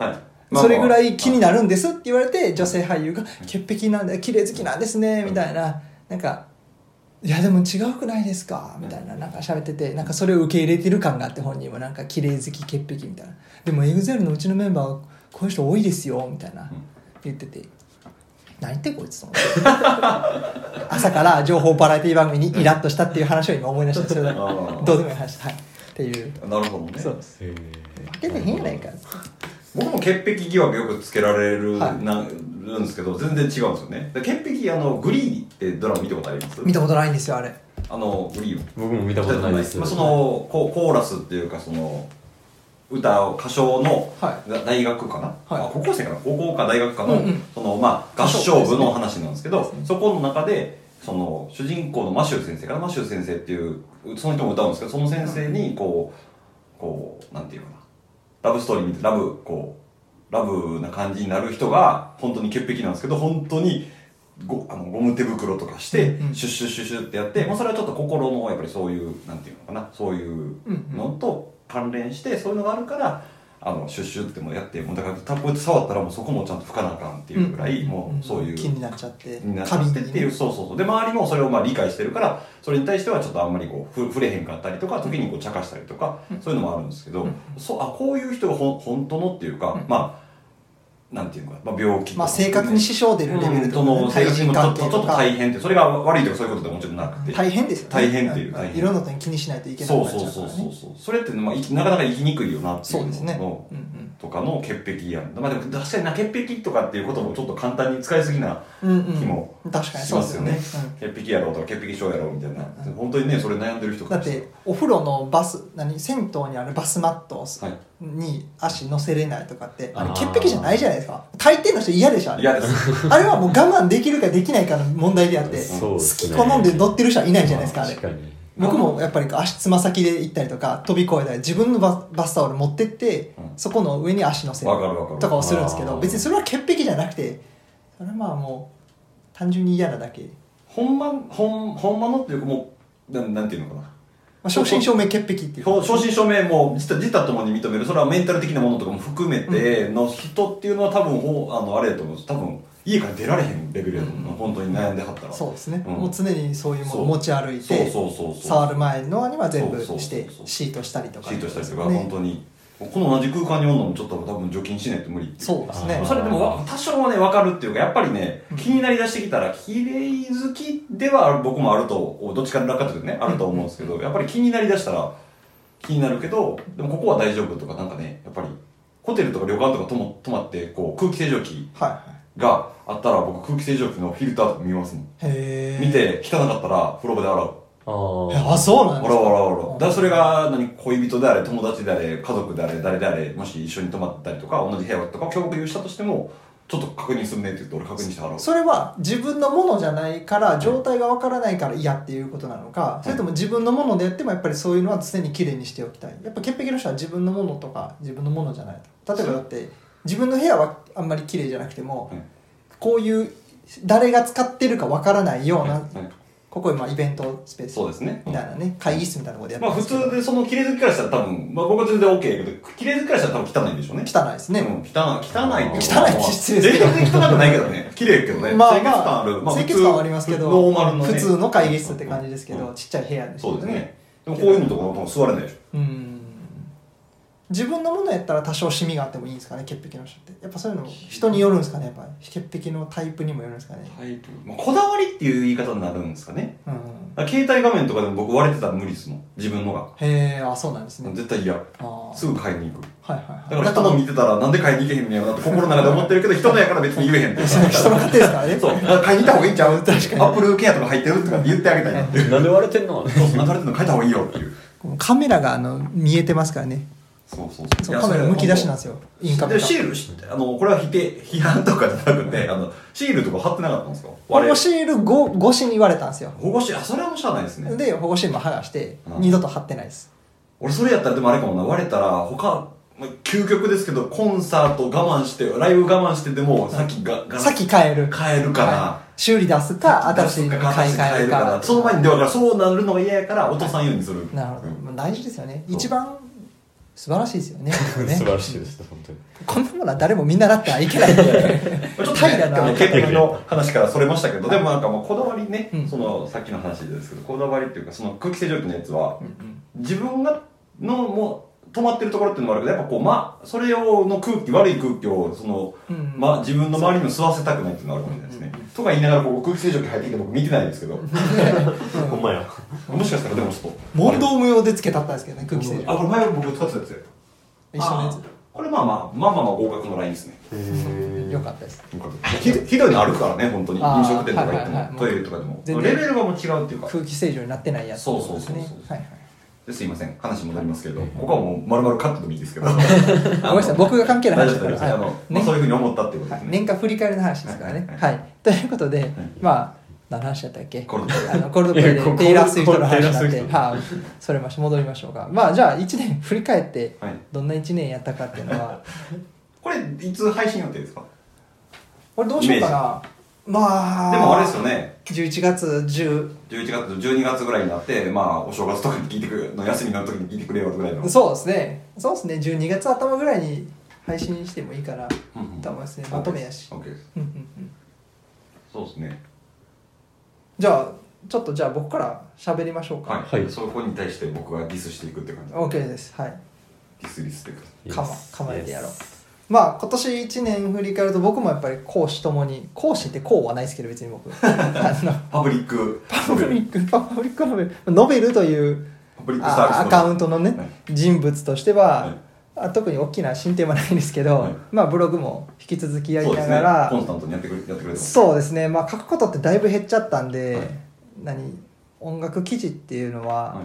Speaker 1: それぐらい気に
Speaker 2: る
Speaker 1: なるんですって言われて女性俳優が「潔癖なんで綺麗好きなんですね」みたいななんか「いやでも違うくないですか」みたいななんか喋っててなんかそれを受け入れてる感があって本人もなんか綺麗好き潔癖みたいなでも EXILE のうちのメンバーはこういう人多いですよみたいな言ってて。何言ってんこいつと思って 朝から情報バラエティ番組にイラッとしたっていう話を今思い出したそれだけ
Speaker 2: あー
Speaker 1: どうでもいい話はいっていう
Speaker 2: なるほどね
Speaker 1: そう
Speaker 3: へ
Speaker 1: 負けてへんやないか
Speaker 2: 僕も潔癖疑惑よくつけられる,、
Speaker 1: はい
Speaker 2: なるんですけど全然違うんですよねで潔癖あのグリーってドラマ見たことあります
Speaker 1: 見たことないんですよあれ
Speaker 2: あのグリーを
Speaker 3: 僕も見たことないです
Speaker 2: まあ、そのココーラスっていうかその歌を歌唱の、
Speaker 1: はい
Speaker 2: だ大学かな、
Speaker 1: はい
Speaker 2: あ高校生かな高校か大学かの,、
Speaker 1: うんうん
Speaker 2: そのまあ、合
Speaker 1: 合唱
Speaker 2: 唱
Speaker 1: 部ですね
Speaker 2: 部の話なんですけど
Speaker 1: です
Speaker 2: そ
Speaker 1: ね
Speaker 2: この中でその主人公のマシュー先生からマシュー先生っていうその人も歌うんですけどその先生にこうこうなんていうかなラブストーリーみたいなラブこうラブな感じになる人が本当に潔癖なんですけど本当にごあのゴム手袋とかして
Speaker 1: うんうん
Speaker 2: シュッシュッシュッシュッってやって、まあ、それはちょっと心のやっぱりそういうなんていうのかなそういう
Speaker 1: うんうん
Speaker 2: のと関連してそういうのがあるからあのシュッシュッってもうやってもうだからこうやって触ったらもうそこもちゃんと拭かなあかんっていうぐらい、
Speaker 1: ん
Speaker 2: もうそういう。
Speaker 1: 気になっちゃって
Speaker 2: になってっていう、そうそうそう。で、周りもそれをまあ理解してるから、それに対してはちょっとあんまりこう、ふ触れへんかったりとか、時にこう、茶化したりとか、そういうのもあるんですけど、そう、あ、こういう人がほん本当のっていうか、まあ、なんていうのか、まあ、病気とか
Speaker 1: まあ正確に支障出るレベルと
Speaker 2: うん
Speaker 1: かね対
Speaker 2: そ
Speaker 1: 人
Speaker 2: の生活
Speaker 1: 関係
Speaker 2: もちょっとちょ
Speaker 1: と
Speaker 2: っと
Speaker 1: か
Speaker 2: 大変って、それが悪いとかそういうことでもちろんなくて。
Speaker 1: 大変ですよね
Speaker 2: 大変っていう大変
Speaker 1: いろんなことに気にしないといけなく
Speaker 2: そう
Speaker 1: なっ
Speaker 2: そう
Speaker 1: ちゃうか
Speaker 2: そう
Speaker 1: ら
Speaker 2: そう
Speaker 1: ね
Speaker 2: そう。それって、まあ、いきなかなか生きにくいよなっていう
Speaker 1: そう
Speaker 2: の
Speaker 1: ですね
Speaker 2: を
Speaker 1: うん
Speaker 2: とかの潔癖やん。まあでも確かにな、潔癖とかっていうこともちょっと簡単に使いすぎな
Speaker 1: うんうん
Speaker 2: 気も
Speaker 1: うん確かにそうですよね
Speaker 2: します
Speaker 1: うん
Speaker 2: 潔癖やろうとか潔癖症やろうみたいな、本当にねそれ悩んでる人
Speaker 1: だってお風呂のバス何銭湯にあるバスマット
Speaker 2: はい
Speaker 1: に足乗せれないとかってあれ
Speaker 3: あー
Speaker 1: 潔癖じゃないじゃないですか大抵の人嫌でしょあれ
Speaker 2: 嫌です
Speaker 1: あれはもう我慢できるかできないかの問題であって
Speaker 3: そう
Speaker 1: 好
Speaker 3: です
Speaker 1: き
Speaker 3: ね
Speaker 1: 好んで乗ってる人はいないじゃないですかあれ
Speaker 3: 確かに
Speaker 1: 僕もやっぱり足つま先で行ったりとか飛び越えたり自分のババスタオル持ってって、
Speaker 2: うん
Speaker 1: そこの上に足乗せる
Speaker 2: わかるわかる
Speaker 1: とかをするんですけ
Speaker 3: あ
Speaker 1: ど
Speaker 3: ー
Speaker 1: 別にそれは潔癖じゃなくてそれはまあもう単純に嫌なだけ、ま
Speaker 2: ほんまほんほんまのっていうかもうなんなんていうのかな
Speaker 1: あ、正真正銘潔癖っていう
Speaker 2: 表正真正銘も自他自他ともに認めるそれはメンタル的なものとかも含めての人っていうのは多分ほうあのあれやと思うんです多分家から出られへんレベルやと思う、
Speaker 1: うん
Speaker 2: 本当に悩んではったら
Speaker 1: そうですね、
Speaker 2: うん
Speaker 1: もう常にそういうもの
Speaker 2: そ
Speaker 1: を
Speaker 2: う
Speaker 1: 持ち歩い
Speaker 2: そう
Speaker 1: て
Speaker 2: そうそうそう
Speaker 1: 触る前のには全部
Speaker 2: そうそう
Speaker 1: し
Speaker 2: そう
Speaker 1: て
Speaker 2: そう
Speaker 1: シートしたりとか
Speaker 2: シートしたりとか、
Speaker 1: ね
Speaker 2: 本当にこの同じ空間におんのもちょっと多分除菌しないと無理っていう
Speaker 1: そうですね
Speaker 3: あー
Speaker 2: それでもわ多少はね分かるっていうかやっぱりね
Speaker 1: うん
Speaker 2: 気になりだしてきたら綺麗好きでは僕もあるとどっちから楽かというとねあると思うんですけどやっぱり気になりだしたら気になるけどでもここは大丈夫とかなんかねやっぱりホテルとか旅館とかとも泊まってこう空気清浄機
Speaker 1: は
Speaker 2: があったら僕空気清浄機のフィルターとか見ますもん
Speaker 1: いはいへえ
Speaker 2: 見て汚かったら風呂場で洗う
Speaker 3: あー
Speaker 1: あそうなん
Speaker 2: お
Speaker 1: で
Speaker 2: ら
Speaker 1: すか
Speaker 2: おらおら。だからそれが何恋人であれ友達であれ家族であれ誰であれもし一緒に泊まったりとか同じ部屋とか共有したとしてもちょっと確認するねって言って俺確認して払う
Speaker 1: それは自分のものじゃないから状態がわからないから嫌っていうことなのかそれとも自分のものでやってもやっぱりそういうのは常にきれいにしておきたいやっぱ潔癖の人は自分のものとか自分のものじゃないと例えばだって自分の部屋はあんまりきれいじゃなくても
Speaker 2: うん
Speaker 1: こういう誰が使ってるかわからないような
Speaker 2: はい
Speaker 1: ここ今イベントスペース
Speaker 2: そうですね
Speaker 1: みたいなね会議室みたいなとこでやって
Speaker 2: まあ
Speaker 1: ま
Speaker 2: 普
Speaker 1: すけど
Speaker 2: 通でその綺麗好きからしたら多分まあ僕は全然 OK やけど綺麗好きからしたら多分汚いんでしょうね
Speaker 1: 汚いですね、
Speaker 2: うん、汚い汚いって
Speaker 1: 汚いって失礼ですけど
Speaker 2: 全然汚くないけどね綺麗やけどね
Speaker 1: まあ
Speaker 2: 清潔感ある、
Speaker 1: まあ、清
Speaker 2: 普通
Speaker 1: 潔感はありますけど
Speaker 2: ノーマルのね
Speaker 1: 普通の会議室って感じですけ
Speaker 2: う
Speaker 1: ど
Speaker 2: ん
Speaker 1: ちっちゃい部屋ですけ
Speaker 2: そ
Speaker 1: ど
Speaker 2: うですねでもこういうのとかもう座れないでしょ
Speaker 1: うん自分のものやったら多少シミがあってもいいんですかね潔癖の人ってやっぱそういうの人によるんですかねやっぱ潔癖のタイプにもよるんですかね、
Speaker 2: タイプ、まあ、こだわりっていう言い方になるんですかね
Speaker 1: うん、
Speaker 2: あ携帯画面とかでも僕割れてたら無理ですもん自分のが
Speaker 1: へえあそうなんですね
Speaker 2: 絶対嫌
Speaker 1: あー
Speaker 2: すぐ買いに行く
Speaker 1: はいはい
Speaker 2: だか
Speaker 1: はい
Speaker 2: ら人の見てたらなんで買いに行けへんねやろなって心の中で思ってるけど人のやから別に言えへんっていうか
Speaker 1: 人の勝手ですからね
Speaker 2: そうだから買いに行った方がいいんちゃう
Speaker 1: 確かに
Speaker 2: アップルケアとか入ってるとかって言ってあげたいなっていう
Speaker 3: なんで割れてんの
Speaker 2: そうそう流れてるの変えた方がいいよっていう
Speaker 1: カメラがあの見えてますからね
Speaker 2: そうそう
Speaker 1: そうカメラむき出しなん
Speaker 2: ん
Speaker 1: ですよインカメ
Speaker 2: で
Speaker 1: が
Speaker 2: シールしあのこれは否定批判とかじゃなくてあのシールとか貼ってなかったんですか
Speaker 1: 保護
Speaker 2: れ
Speaker 1: シールご越しに言われたんですよ
Speaker 2: 保護しあそれはもうしゃあないですね
Speaker 1: で保護シールも剥がして
Speaker 2: うん
Speaker 1: 二度と貼ってないです
Speaker 2: 俺それやったらでもあれかもな割れたら他まあ究極ですけどコンサート我慢してライブ我慢してでもさっきがが
Speaker 1: さっき変える
Speaker 2: 変えるから、
Speaker 1: はい修理出すか新しいの買い替えるか
Speaker 2: その前にだからそうなるのが嫌やから落とさんようにする
Speaker 1: なるほど、
Speaker 2: うん
Speaker 1: まあ、大事ですよね
Speaker 2: そう
Speaker 1: 一番素晴らしいです よね
Speaker 3: 素晴らしいです本当に
Speaker 1: こんなものは誰も見習ってはいけない
Speaker 2: ちょっと
Speaker 1: 平ら
Speaker 2: ね、
Speaker 1: な
Speaker 2: なんか潔癖の話からそれましたけど、でもなんかもうこだわりね、
Speaker 1: うん
Speaker 2: そのさっきの話ですけど、こだわりっていうか、その空気清浄機のやつは
Speaker 1: う、ん
Speaker 2: 自分がのもう止まってるところっていうのもあるけど、やっぱこう、ま、それをの空気、悪い空気を、その、
Speaker 1: うん
Speaker 2: ま、自分の周りにも吸わせたくないっていうのがあるかもしれないですね。とか言いながら、こう空気清浄機入ってきて僕見てないですけど、
Speaker 3: ほんまや
Speaker 2: もしかしたらでもちょっと。
Speaker 1: 問答無用でつけたったんですけどね空気清浄
Speaker 2: あ、これ前僕使ってたやつや
Speaker 1: 一緒のやつ
Speaker 2: あこれまあまあ、まあまあまあ合格のラインですね。
Speaker 1: よかったです
Speaker 2: ひひどいのあるからね、本当に。
Speaker 1: あー
Speaker 2: 飲食店とか行って
Speaker 1: はいはいはい
Speaker 2: も、トイレとかでも。
Speaker 1: 全
Speaker 2: レ
Speaker 1: 然
Speaker 2: ベルがもう違うっていうか。
Speaker 1: 空気清浄になってないやつ
Speaker 2: そうそうそうそう
Speaker 1: ですねはいはい
Speaker 2: ですいません、話戻りますけど、ここはもう丸々カットでもいいですけど。
Speaker 1: ごめんなさい僕が関係ない
Speaker 2: 大丈
Speaker 1: 話
Speaker 2: 夫
Speaker 1: だ
Speaker 2: です。
Speaker 1: か
Speaker 2: あ
Speaker 1: ら
Speaker 2: の、
Speaker 1: はい
Speaker 2: まあ
Speaker 1: ね
Speaker 2: そういうふうに思ったっていうこと
Speaker 1: は
Speaker 2: で
Speaker 1: い
Speaker 2: すね。
Speaker 1: 年間振り返りの話ですからね
Speaker 2: はい
Speaker 1: はい、ということで、まあ何の話だったっけ
Speaker 2: コルドプレ
Speaker 1: あのコールドプレイで
Speaker 3: いやこ
Speaker 1: テイラー・スウィフトの話になっ
Speaker 3: これ
Speaker 1: て、
Speaker 3: テイ
Speaker 1: はい、それまし戻りましょうかまあじゃあ1年振り返って
Speaker 2: はい
Speaker 1: どんな1年やったかっていうのは
Speaker 2: これ、いつ配信予定ですか
Speaker 1: 俺どうしようかなまあ
Speaker 2: でもあれですよね、
Speaker 1: 11月10
Speaker 2: 11月と12月ぐらいになって、まあ、お正月とかに聞いてくる、の休みの時に聞いてくれよぐらいの。
Speaker 1: そうですねそうですね12月頭ぐらいに配信してもいいかなと
Speaker 2: うんうん
Speaker 1: 思いますねまとめやし
Speaker 2: OK です。
Speaker 1: うんうんうん
Speaker 2: そうですね。
Speaker 1: じゃあちょっとじゃあ僕から喋りましょうか、
Speaker 2: は。
Speaker 3: はいい
Speaker 2: そこに対して僕がディスしていくって感じ。
Speaker 1: OK ですはい
Speaker 2: ディスリスペクト。
Speaker 1: かま構えてやろうまあ今年1年振り返ると僕もやっぱり講師ともに講師ってこうはないですけど別に 僕あの
Speaker 2: パブリック。
Speaker 1: パブリックパブリックノベルノベルという
Speaker 2: パブリックサービス
Speaker 1: あ
Speaker 2: の
Speaker 1: アカウントのね、
Speaker 2: はい
Speaker 1: 人物としては、
Speaker 2: はい
Speaker 1: あ特に大きな進展はないんですけど、
Speaker 2: はい
Speaker 1: まあブログも引き続きやり
Speaker 2: そうで
Speaker 1: な
Speaker 2: すね
Speaker 1: がら
Speaker 2: コンスタントにやってくれやってくれてます
Speaker 1: そうですね、まあ、書くことってだいぶ減っちゃったんで、
Speaker 2: はい
Speaker 1: 何音楽記事っていうのは
Speaker 2: はい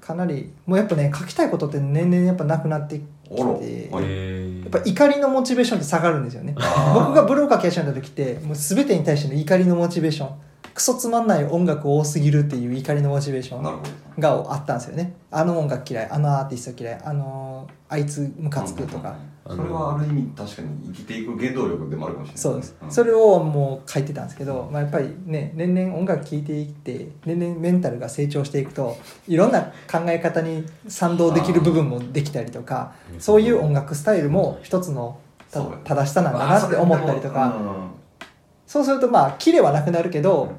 Speaker 1: かなりもうやっぱね書きたいことって年々やっぱなくなってき
Speaker 2: あら
Speaker 1: て
Speaker 2: はい
Speaker 1: やっぱ怒りのモチベーションって下がるんですよね僕がブログ書き始めた時ってもう全てに対しての怒りのモチベーションクソつまんない音楽多すぎるっていう怒りのモチベーション
Speaker 2: なるほど
Speaker 1: があったんですよねあの音楽嫌いあのアーティスト嫌いあのあいつムカつくとか、
Speaker 2: うんそれはある意味確かに生きていく原動力でもあるかもしれない
Speaker 1: そうです、
Speaker 2: ん
Speaker 1: それをもう書いてたんですけど、まあ、やっぱりね年々音楽聴いていって年々メンタルが成長していくといろんな考え方に賛同できる部分もできたりとか
Speaker 3: ー
Speaker 1: そういう音楽スタイルも一つのた
Speaker 2: そう
Speaker 1: 正しさなんだなって思ったりと
Speaker 2: あそ
Speaker 1: か
Speaker 2: れでもうん
Speaker 1: そうするとまあキレはなくなるけど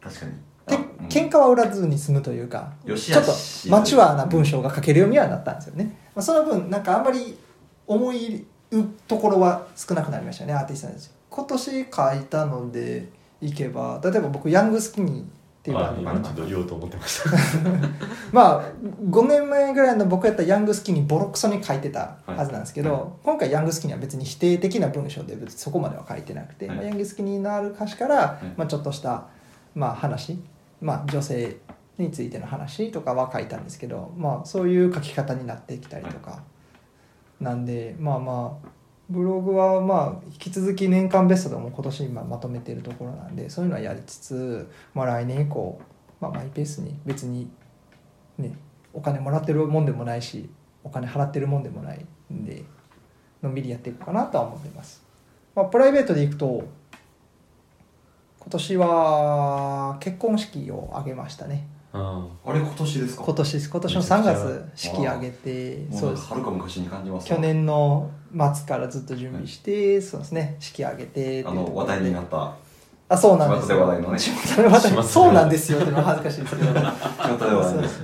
Speaker 2: 確かに
Speaker 1: け
Speaker 2: あ
Speaker 1: 喧嘩は売らずに済むというか
Speaker 2: よし
Speaker 1: ちょっ
Speaker 2: よ
Speaker 1: と
Speaker 2: し
Speaker 1: マチュアな文章が書けるようにはなったんですよね、まあ、その分なんかあんまり思い入るところは少なくなりましたねアーティストたち今年書いたのでいけば例えば僕ヤングスキニーっていうバンド
Speaker 3: 今ちょっと言おうと思ってました
Speaker 1: まあ5年前ぐらいの僕やったらヤングスキニーボロクソに書いてたはずなんですけど、
Speaker 2: はい
Speaker 1: 今回ヤングスキニーは別に否定的な文章で別にそこまでは書いてなくて、
Speaker 2: はい
Speaker 1: まあ、ヤングスキニーのある歌詞から、
Speaker 2: い
Speaker 1: まあ、ちょっとした、まあ、話、まあ、女性についての話とかは書いたんですけど、まあ、そういう書き方になってきたりとか、なんでまあまあブログはまあ引き続き年間ベストでも今年今まとめてるところなんでそういうのはやりつつ、まあ、来年以降、まあ、マイペースに別にねお金もらってるもんでもないしお金払ってるもんでもないんでのんびりやっていこうかなとは思ってます、まあ、プライベートでいくと今年は結婚式を挙げましたね
Speaker 3: あ
Speaker 2: あれ今年ですか
Speaker 1: 今年です今年の3月式挙げて
Speaker 2: もう
Speaker 1: そう
Speaker 2: なん
Speaker 1: で
Speaker 2: か
Speaker 1: す
Speaker 2: はるか昔に感じますわ
Speaker 1: 去年の末からずっと準備して、そうですね式挙げて
Speaker 2: あの話題にな った
Speaker 1: あそうなんです
Speaker 2: 地元で話題のね
Speaker 1: 地元で話題
Speaker 3: します ね
Speaker 1: そうなん ですよっていうのは恥ずかしいですけど
Speaker 2: 方ではないです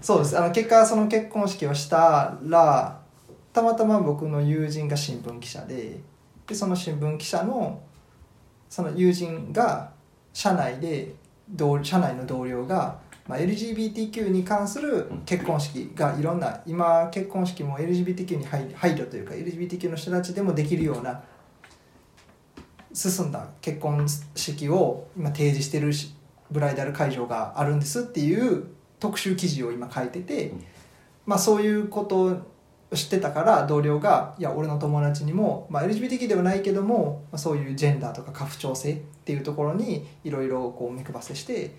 Speaker 1: そうですあの結果その結婚式をしたらたまたま僕の友人が新聞記者ででその新聞記者のその友人が社内で同社内の同僚が、まあ、LGBTQ に関する結婚式がいろんな今結婚式も LGBTQ に配配慮というか LGBTQ の人たちでもできるような進んだ結婚式を今提示してるしブライダル会場があるんですっていう特集記事を今書いてて、
Speaker 2: うん
Speaker 1: まあ、そういうこと知ってたから同僚が「いや俺の友達にも、まあ、LGBTQ ではないけども、まあ、そういうジェンダーとか過不調性っていうところにいろいろこう目くばせして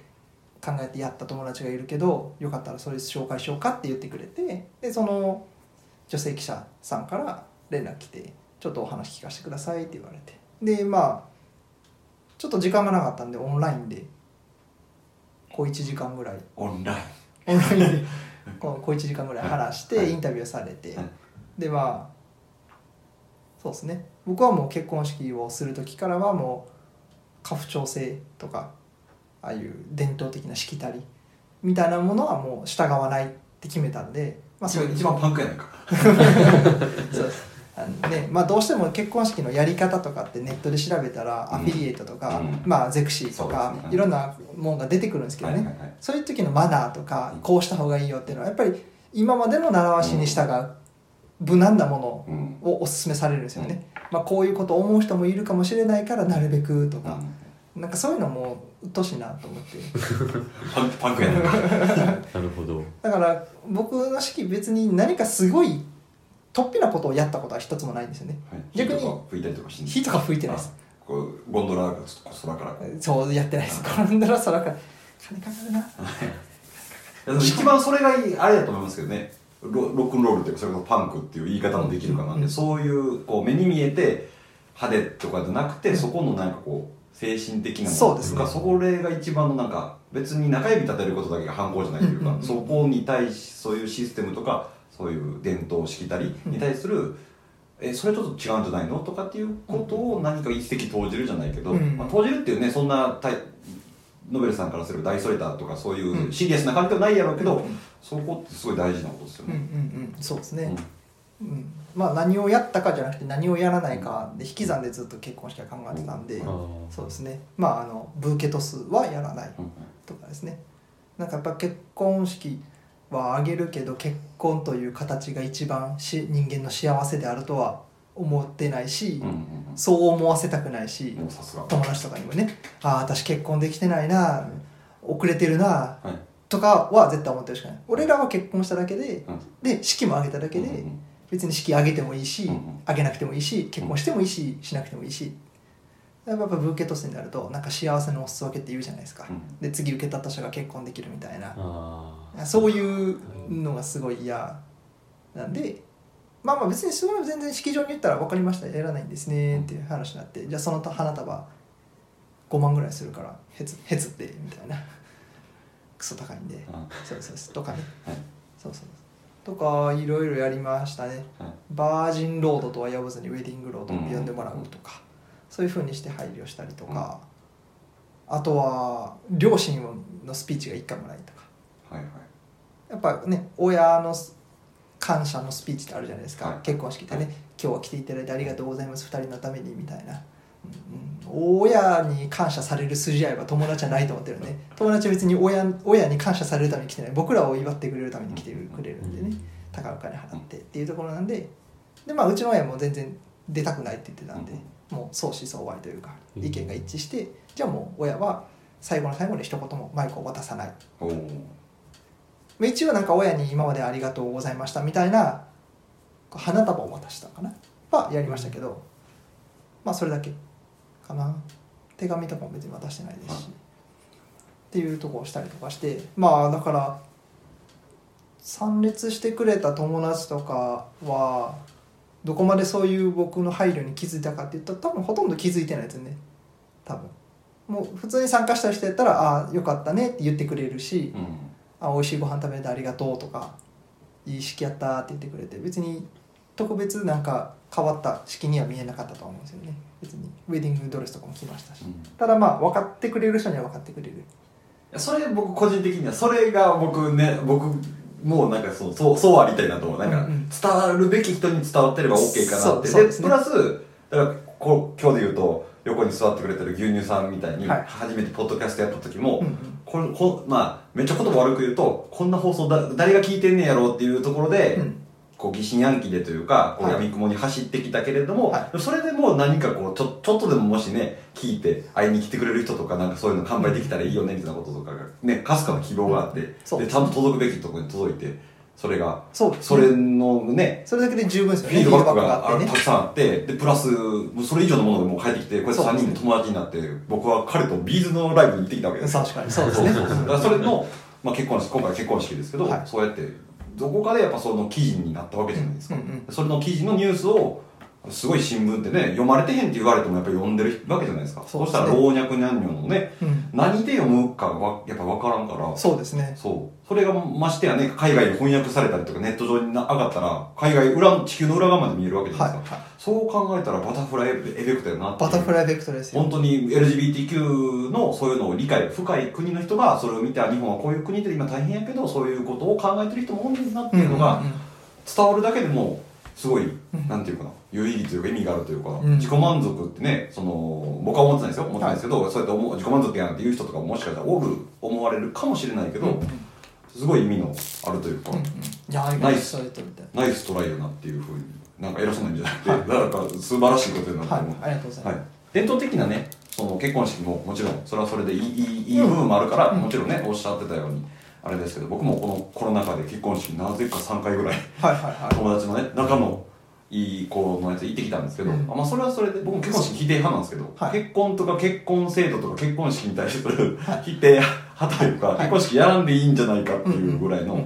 Speaker 1: 考えてやった友達がいるけどよかったらそれ紹介しようかって言ってくれてでその女性記者さんから連絡来て「ちょっとお話聞かせてください」って言われてでまあちょっと時間がなかったんでオンラインで小1時間ぐ らい
Speaker 2: オンライン
Speaker 1: オンラインでこう小1時間ぐらい話し
Speaker 2: は
Speaker 1: て
Speaker 2: い
Speaker 1: インタビューされて
Speaker 2: はい
Speaker 1: でまあそうですね僕はもう結婚式をする時からはもう家父長制とかああいう伝統的なしきたりみたいなものはもう従わないって決めたんで、まあ、
Speaker 2: 一
Speaker 1: そう
Speaker 2: 番一番パンクやないか
Speaker 1: そうですあのねまあ、どうしても結婚式のやり方とかってネットで調べたら
Speaker 2: うん
Speaker 1: アフィリエイトとか、
Speaker 2: うん
Speaker 1: まあ、ゼクシーと
Speaker 2: そう
Speaker 1: か
Speaker 2: ですね
Speaker 1: いろんなもんが出てくるんですけど
Speaker 2: は
Speaker 1: ね、
Speaker 2: いはいはい
Speaker 1: そういう時のマナーとかこうした方がいいよっていうのはやっぱり今までの習わしに従う無難なも
Speaker 2: うん
Speaker 1: のをおすすめされるんですよね、まあ、こういうこと思う人もいるかもしれないからなるべくとか、なんかそういうのもうっとうしいなと思って
Speaker 2: パンパンクやないか
Speaker 3: なるほど
Speaker 1: だから僕の式別に何かすごい突飛なことをやったことは一つもないんですよね逆に
Speaker 2: 火とか吹いたりとかし
Speaker 1: 火とか吹いてないです
Speaker 2: あこうゴンドラがちょっと空からこう
Speaker 1: そうやってないです転んだら空から金かかるな
Speaker 2: いやでも一番それがいいあれだと思いますけどねロロックンロールっていうかそれこそパンクっていう言い方もできるかなんで、
Speaker 1: うん
Speaker 2: そういうこう目に見えて派手とかじゃなくて、そこのなんかこう精神的なも
Speaker 1: そ
Speaker 2: の
Speaker 1: うです
Speaker 2: と
Speaker 1: ね
Speaker 2: かそ,、れが一番のなんか別に中指立てることだけが反抗じゃないというか、
Speaker 1: うんうん
Speaker 2: そこに対しそういうシステムとかそういう伝統しきたりに対する、えそれちょっと違うんじゃないのとかっていうことを何か一石投じるじゃないけど、
Speaker 1: うん
Speaker 2: まあ、投じるっていうねそんな大ノベルさんからすれば大それたとかそういうシリアスな感じではないやろうけど、
Speaker 1: うん
Speaker 2: そこってすごい大事なことですよ
Speaker 1: うんう
Speaker 2: ね。
Speaker 1: んうんそうですね、
Speaker 2: うん
Speaker 1: うん、まあ何をやったかじゃなくて何をやらないかで引き算でずっと結婚式は考えてたんで、
Speaker 2: うん
Speaker 3: あー
Speaker 1: そうですねまああのブーケトスはやらないとかですねなんかやっぱ結婚式はあげるけど結婚という形が一番し人間の幸せであるとは思ってないし、
Speaker 2: うんうん
Speaker 1: そう思わせたくないし、
Speaker 2: うんもうさすが。
Speaker 1: 友達とかにもね「ああ私結婚できてないな遅れてるな
Speaker 2: はい。」
Speaker 1: とかは絶対思ってるしかない俺らは結婚しただけで
Speaker 2: うん
Speaker 1: で式も挙げただけで、
Speaker 2: うんうん
Speaker 1: 別に式あげてもいいし、
Speaker 2: うんうん
Speaker 1: あげなくてもいいし結婚してもいいし、しなくてもいいしやっぱブーケトスになるとなんか幸せのお裾分けって言うじゃないですか、
Speaker 2: うん
Speaker 1: で次受け取った人が結婚できるみたいな、
Speaker 3: あ
Speaker 1: そういうのがすごい嫌なんでまあまあ別にそれは全然式場に言ったら分かりましたやらないんですねっていう話になってじゃあその花束5万ぐらいするからへつへつってみたいなクソ高いんで
Speaker 2: うん
Speaker 1: そうそうそうとかね
Speaker 2: はい
Speaker 1: そうそうとかいろいろやりましたね
Speaker 2: はい
Speaker 1: バージンロードとは呼ばずにウェディングロードって呼んでもらうとか、そういうふうにして配慮したりとか、あとは両親のスピーチが一回もないとか
Speaker 2: はいはい
Speaker 1: やっぱね親のす感謝のスピーチってあるじゃないですか、
Speaker 2: はい
Speaker 1: 結婚式でね、
Speaker 2: はい
Speaker 1: 今日は来ていただいてありがとうございます2人のために」みたいな、うんうん、親に感謝される筋合いは友達じゃないと思ってるんで友達は別に親親に感謝されるために来てない僕らを祝ってくれるために来てくれるんでね、高いお金払ってっていうところなんでで、まあ、うちの親も全然出たくないって言ってたんで、もう相思相愛というか
Speaker 3: うん
Speaker 1: 意見が一致して、じゃあもう親は最後の最後に一言もマイクを渡さない
Speaker 2: おお。
Speaker 1: まあ一応なんか親に今までありがとうございましたみたいなこう花束を渡したかなはやりましたけどまあそれだけかな手紙とかも別に渡してないですし、
Speaker 2: はい
Speaker 1: っていうとこをしたりとかしてまあだから参列してくれた友達とかはどこまでそういう僕の配慮に気づいたかって言ったら多分ほとんど気づいてないですよね多分もう普通に参加した人やったら「ああよかったね」って言ってくれるし、
Speaker 2: うん
Speaker 1: あ美味しいご飯食べれてありがとうとかいい式やったって言ってくれて別に特別なんか変わった式には見えなかったとは思うんですよね別にウェディングドレスとかも着ましたし、
Speaker 2: うん
Speaker 1: ただまあ分かってくれる人には分かってくれる
Speaker 2: いやそれ僕個人的にはそれが僕ね僕もうなんかそうそうそうありたいなと思うなんか
Speaker 1: うんうん
Speaker 2: 伝わるべき人に伝わってれば OK かなって
Speaker 1: そうそう
Speaker 2: で
Speaker 1: ですね
Speaker 2: プラスだからこう今日で言うと横に座ってくれてる牛乳さんみたいに
Speaker 1: はい
Speaker 2: 初めてポッドキャストやった時も、
Speaker 1: うんうん
Speaker 2: これこまあめっちゃ言葉悪く言うとこんな放送だ誰が聞いてんねんやろうっていうところで、
Speaker 1: うん
Speaker 2: こう疑心暗鬼でというかこう
Speaker 1: はい
Speaker 2: 闇雲に走ってきたけれども、
Speaker 1: は
Speaker 2: それでもう何かこうちょちょっとでももしね聞いて会いに来てくれる人とかなんかそういうの完売できたらいいよねみたいなこととかがねかすかな希望があって、
Speaker 1: そう
Speaker 2: でちゃんと届くべきところに届いてそれが
Speaker 1: そう
Speaker 2: それのね
Speaker 1: それだけで十分です
Speaker 2: フ
Speaker 1: よ
Speaker 2: ィ
Speaker 1: ね
Speaker 2: ードバックが
Speaker 1: フィードバックがあ
Speaker 2: あ
Speaker 1: って
Speaker 2: る
Speaker 1: ね
Speaker 2: たくさんあってでプラスもうそれ以上のものでもう帰ってきてこうやって3人で友達になって僕は彼とビーズのライブに行ってきたわけですよ
Speaker 1: 確かにそうですね
Speaker 3: そうそう
Speaker 2: だからそれの、まあ、結婚式今回結婚式ですけど、
Speaker 1: はい
Speaker 2: そうやってどこかでやっぱその記事になったわけじゃないですか、
Speaker 1: うんうん
Speaker 2: それの記事のニュースをすごい新聞ってね読まれてへんって言われてもやっぱり読んでるわけじゃないですか
Speaker 1: そ
Speaker 2: そう
Speaker 1: です
Speaker 2: し
Speaker 1: ね
Speaker 2: たら老若男女のね
Speaker 1: うん
Speaker 2: 何で読むかはやっぱ分からんから
Speaker 1: そうですね
Speaker 2: そうそれがましてやね海外で翻訳されたりとかネット上にな上がったら海外裏地球の裏側まで見えるわけじゃな
Speaker 1: はいい
Speaker 2: ですか、
Speaker 1: はい
Speaker 2: そう考えたらバタフライエフェクトやなってい
Speaker 1: バ
Speaker 2: う
Speaker 1: タフライベクトルですよ
Speaker 2: 本当に LGBTQ のそういうのを理解深い国の人がそれを見てあ日本はこういう国で今大変やけどそういうことを考えてる人も多いんだなっていうのが
Speaker 1: んんん
Speaker 2: 伝わるだけでもすごい、
Speaker 1: ん
Speaker 2: なんていうかな有意義というか意味があるというか、
Speaker 1: ん
Speaker 2: 自己満足ってねその僕は思ってないですよ思ってないですけど、そうやって思う自己満足やなんて言う人とかももしかしたらおる思われるかもしれないけど、
Speaker 1: うんうん
Speaker 2: すごい意味のあるというか、
Speaker 1: うんうんいやー
Speaker 2: ナイ
Speaker 1: ス
Speaker 2: ス
Speaker 1: トレートみたい
Speaker 2: ナイストライだなっていうふうになんか偉そうなんじゃなくて、なんか素晴らしいことだな
Speaker 1: な
Speaker 2: と
Speaker 1: はい
Speaker 2: 思う、
Speaker 1: ありがとうござい
Speaker 2: は
Speaker 1: ま
Speaker 2: い
Speaker 1: す、
Speaker 2: 伝統的なねその結婚式ももちろんそれはそれでいいいいいい部分もあるから、もちろんねおっしゃってたようにあれですけど僕もこのコロナ禍で結婚式なぜか3回ぐらい
Speaker 1: はいはいはい
Speaker 2: 友達のね仲のいい子のやつ行ってきたんですけど、
Speaker 1: うん
Speaker 2: あまあ、それはそれで僕も結婚式否定派なんですけど、
Speaker 1: はい
Speaker 2: 結婚とか結婚制度とか結婚式に対する否定派というか、結婚式やらんでいいんじゃないかっていうぐらいの、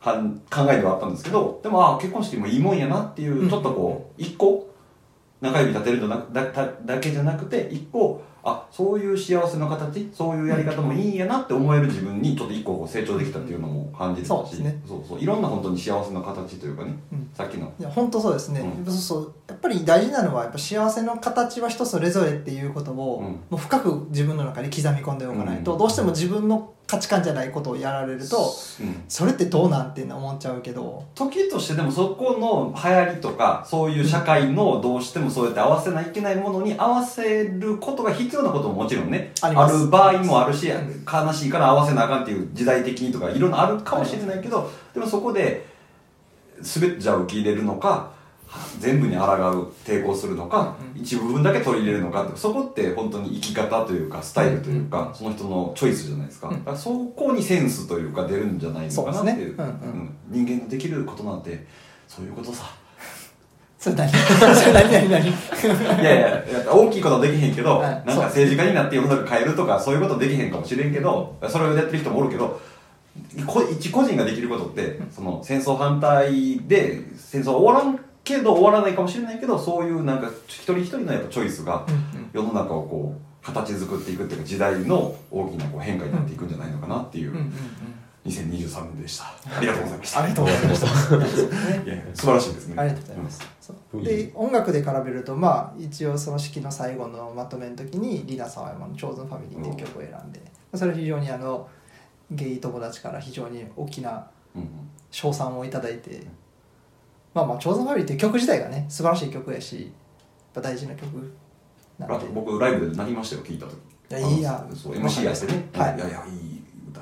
Speaker 2: はん考えではあったんですけどでもああ結婚式もいいもんやなっていう、
Speaker 1: うん
Speaker 2: ちょっとこう一個中指立てるのだだだだけじゃなくて一個あそういう幸せの形そういうやり方もいいんやなって思える自分にちょっと一個こう成長できたっていうのも感じてたし、
Speaker 1: そうですね
Speaker 2: そうそういろんな本当に幸せの形というかね、
Speaker 1: うん
Speaker 2: さっきの
Speaker 1: いや本当そうですね、
Speaker 2: うん
Speaker 1: そうそうやっぱり大事なのはやっぱ幸せの形は人それぞれっていうことを、
Speaker 2: うん
Speaker 1: もう深く自分の中に刻み込んでおかないと、
Speaker 2: うん
Speaker 1: どうしても自分の価値観じゃないことをやられると
Speaker 2: うん
Speaker 1: それってどうなんて思っちゃうけど
Speaker 2: 時としてでもそこの流行りとかそういう社会のどうしてもそうやって合わせないといけないものに合わせることが必要なことももちろんね
Speaker 1: あります
Speaker 2: る場合もあるし
Speaker 1: うん
Speaker 2: 悲しいから合わせなあかんっていう時代的にとかいろんなあるかもしれないけどでもそこで滑っちゃう受け入れるのか全部に抗う抵抗するのか、
Speaker 1: う
Speaker 2: 一部分だけ取り入れるのかってそこって本当に生き方というかスタイルというか、その人のチョイスじゃないですか,、
Speaker 1: うん
Speaker 2: だからそこにセンスというか出るんじゃないのかなっていう
Speaker 1: そうですねうんうん
Speaker 2: うん人間のできることなんてそういうことさ
Speaker 1: そ れ何それ何何 何
Speaker 2: いやいやいや大きいことはできへんけど、
Speaker 1: はい
Speaker 2: なんか政治家になって世の中変えるとかそういうことできへんかもしれんけどそれをやってる人もおるけどこ一個人ができることってその戦争反対で戦争は終わらんけど終わらないかもしれないけどそういうなんか一人一人のやっぱチョイスが世の中をこう形作っていくっていうか時代の大きなこう変化になっていくんじゃないのかなっていううん
Speaker 1: うんうん
Speaker 2: 2023年でしたありがとうございました
Speaker 1: ありがとうございました
Speaker 2: いやいや素晴らしいですね
Speaker 1: ありがとうございます。そうで
Speaker 3: う
Speaker 1: 音楽で絡めるとまあ一応その式の最後のまとめの時にリナさんは今の「チョーズンファミリー」っていう曲を選んでそれは非常にあのゲイ友達から非常に大きな
Speaker 2: うんうん
Speaker 1: 称賛をいただいてまあまあ「チョーズンファミリー」っていう曲自体がね素晴らしい曲やしやっぱ大事な曲な
Speaker 2: あ
Speaker 1: ん
Speaker 2: と
Speaker 1: で
Speaker 2: 僕ライブで泣きましたよ聞いた時
Speaker 1: いやいいや
Speaker 2: あのそう MC やってね、
Speaker 1: はい
Speaker 2: いやいやいい歌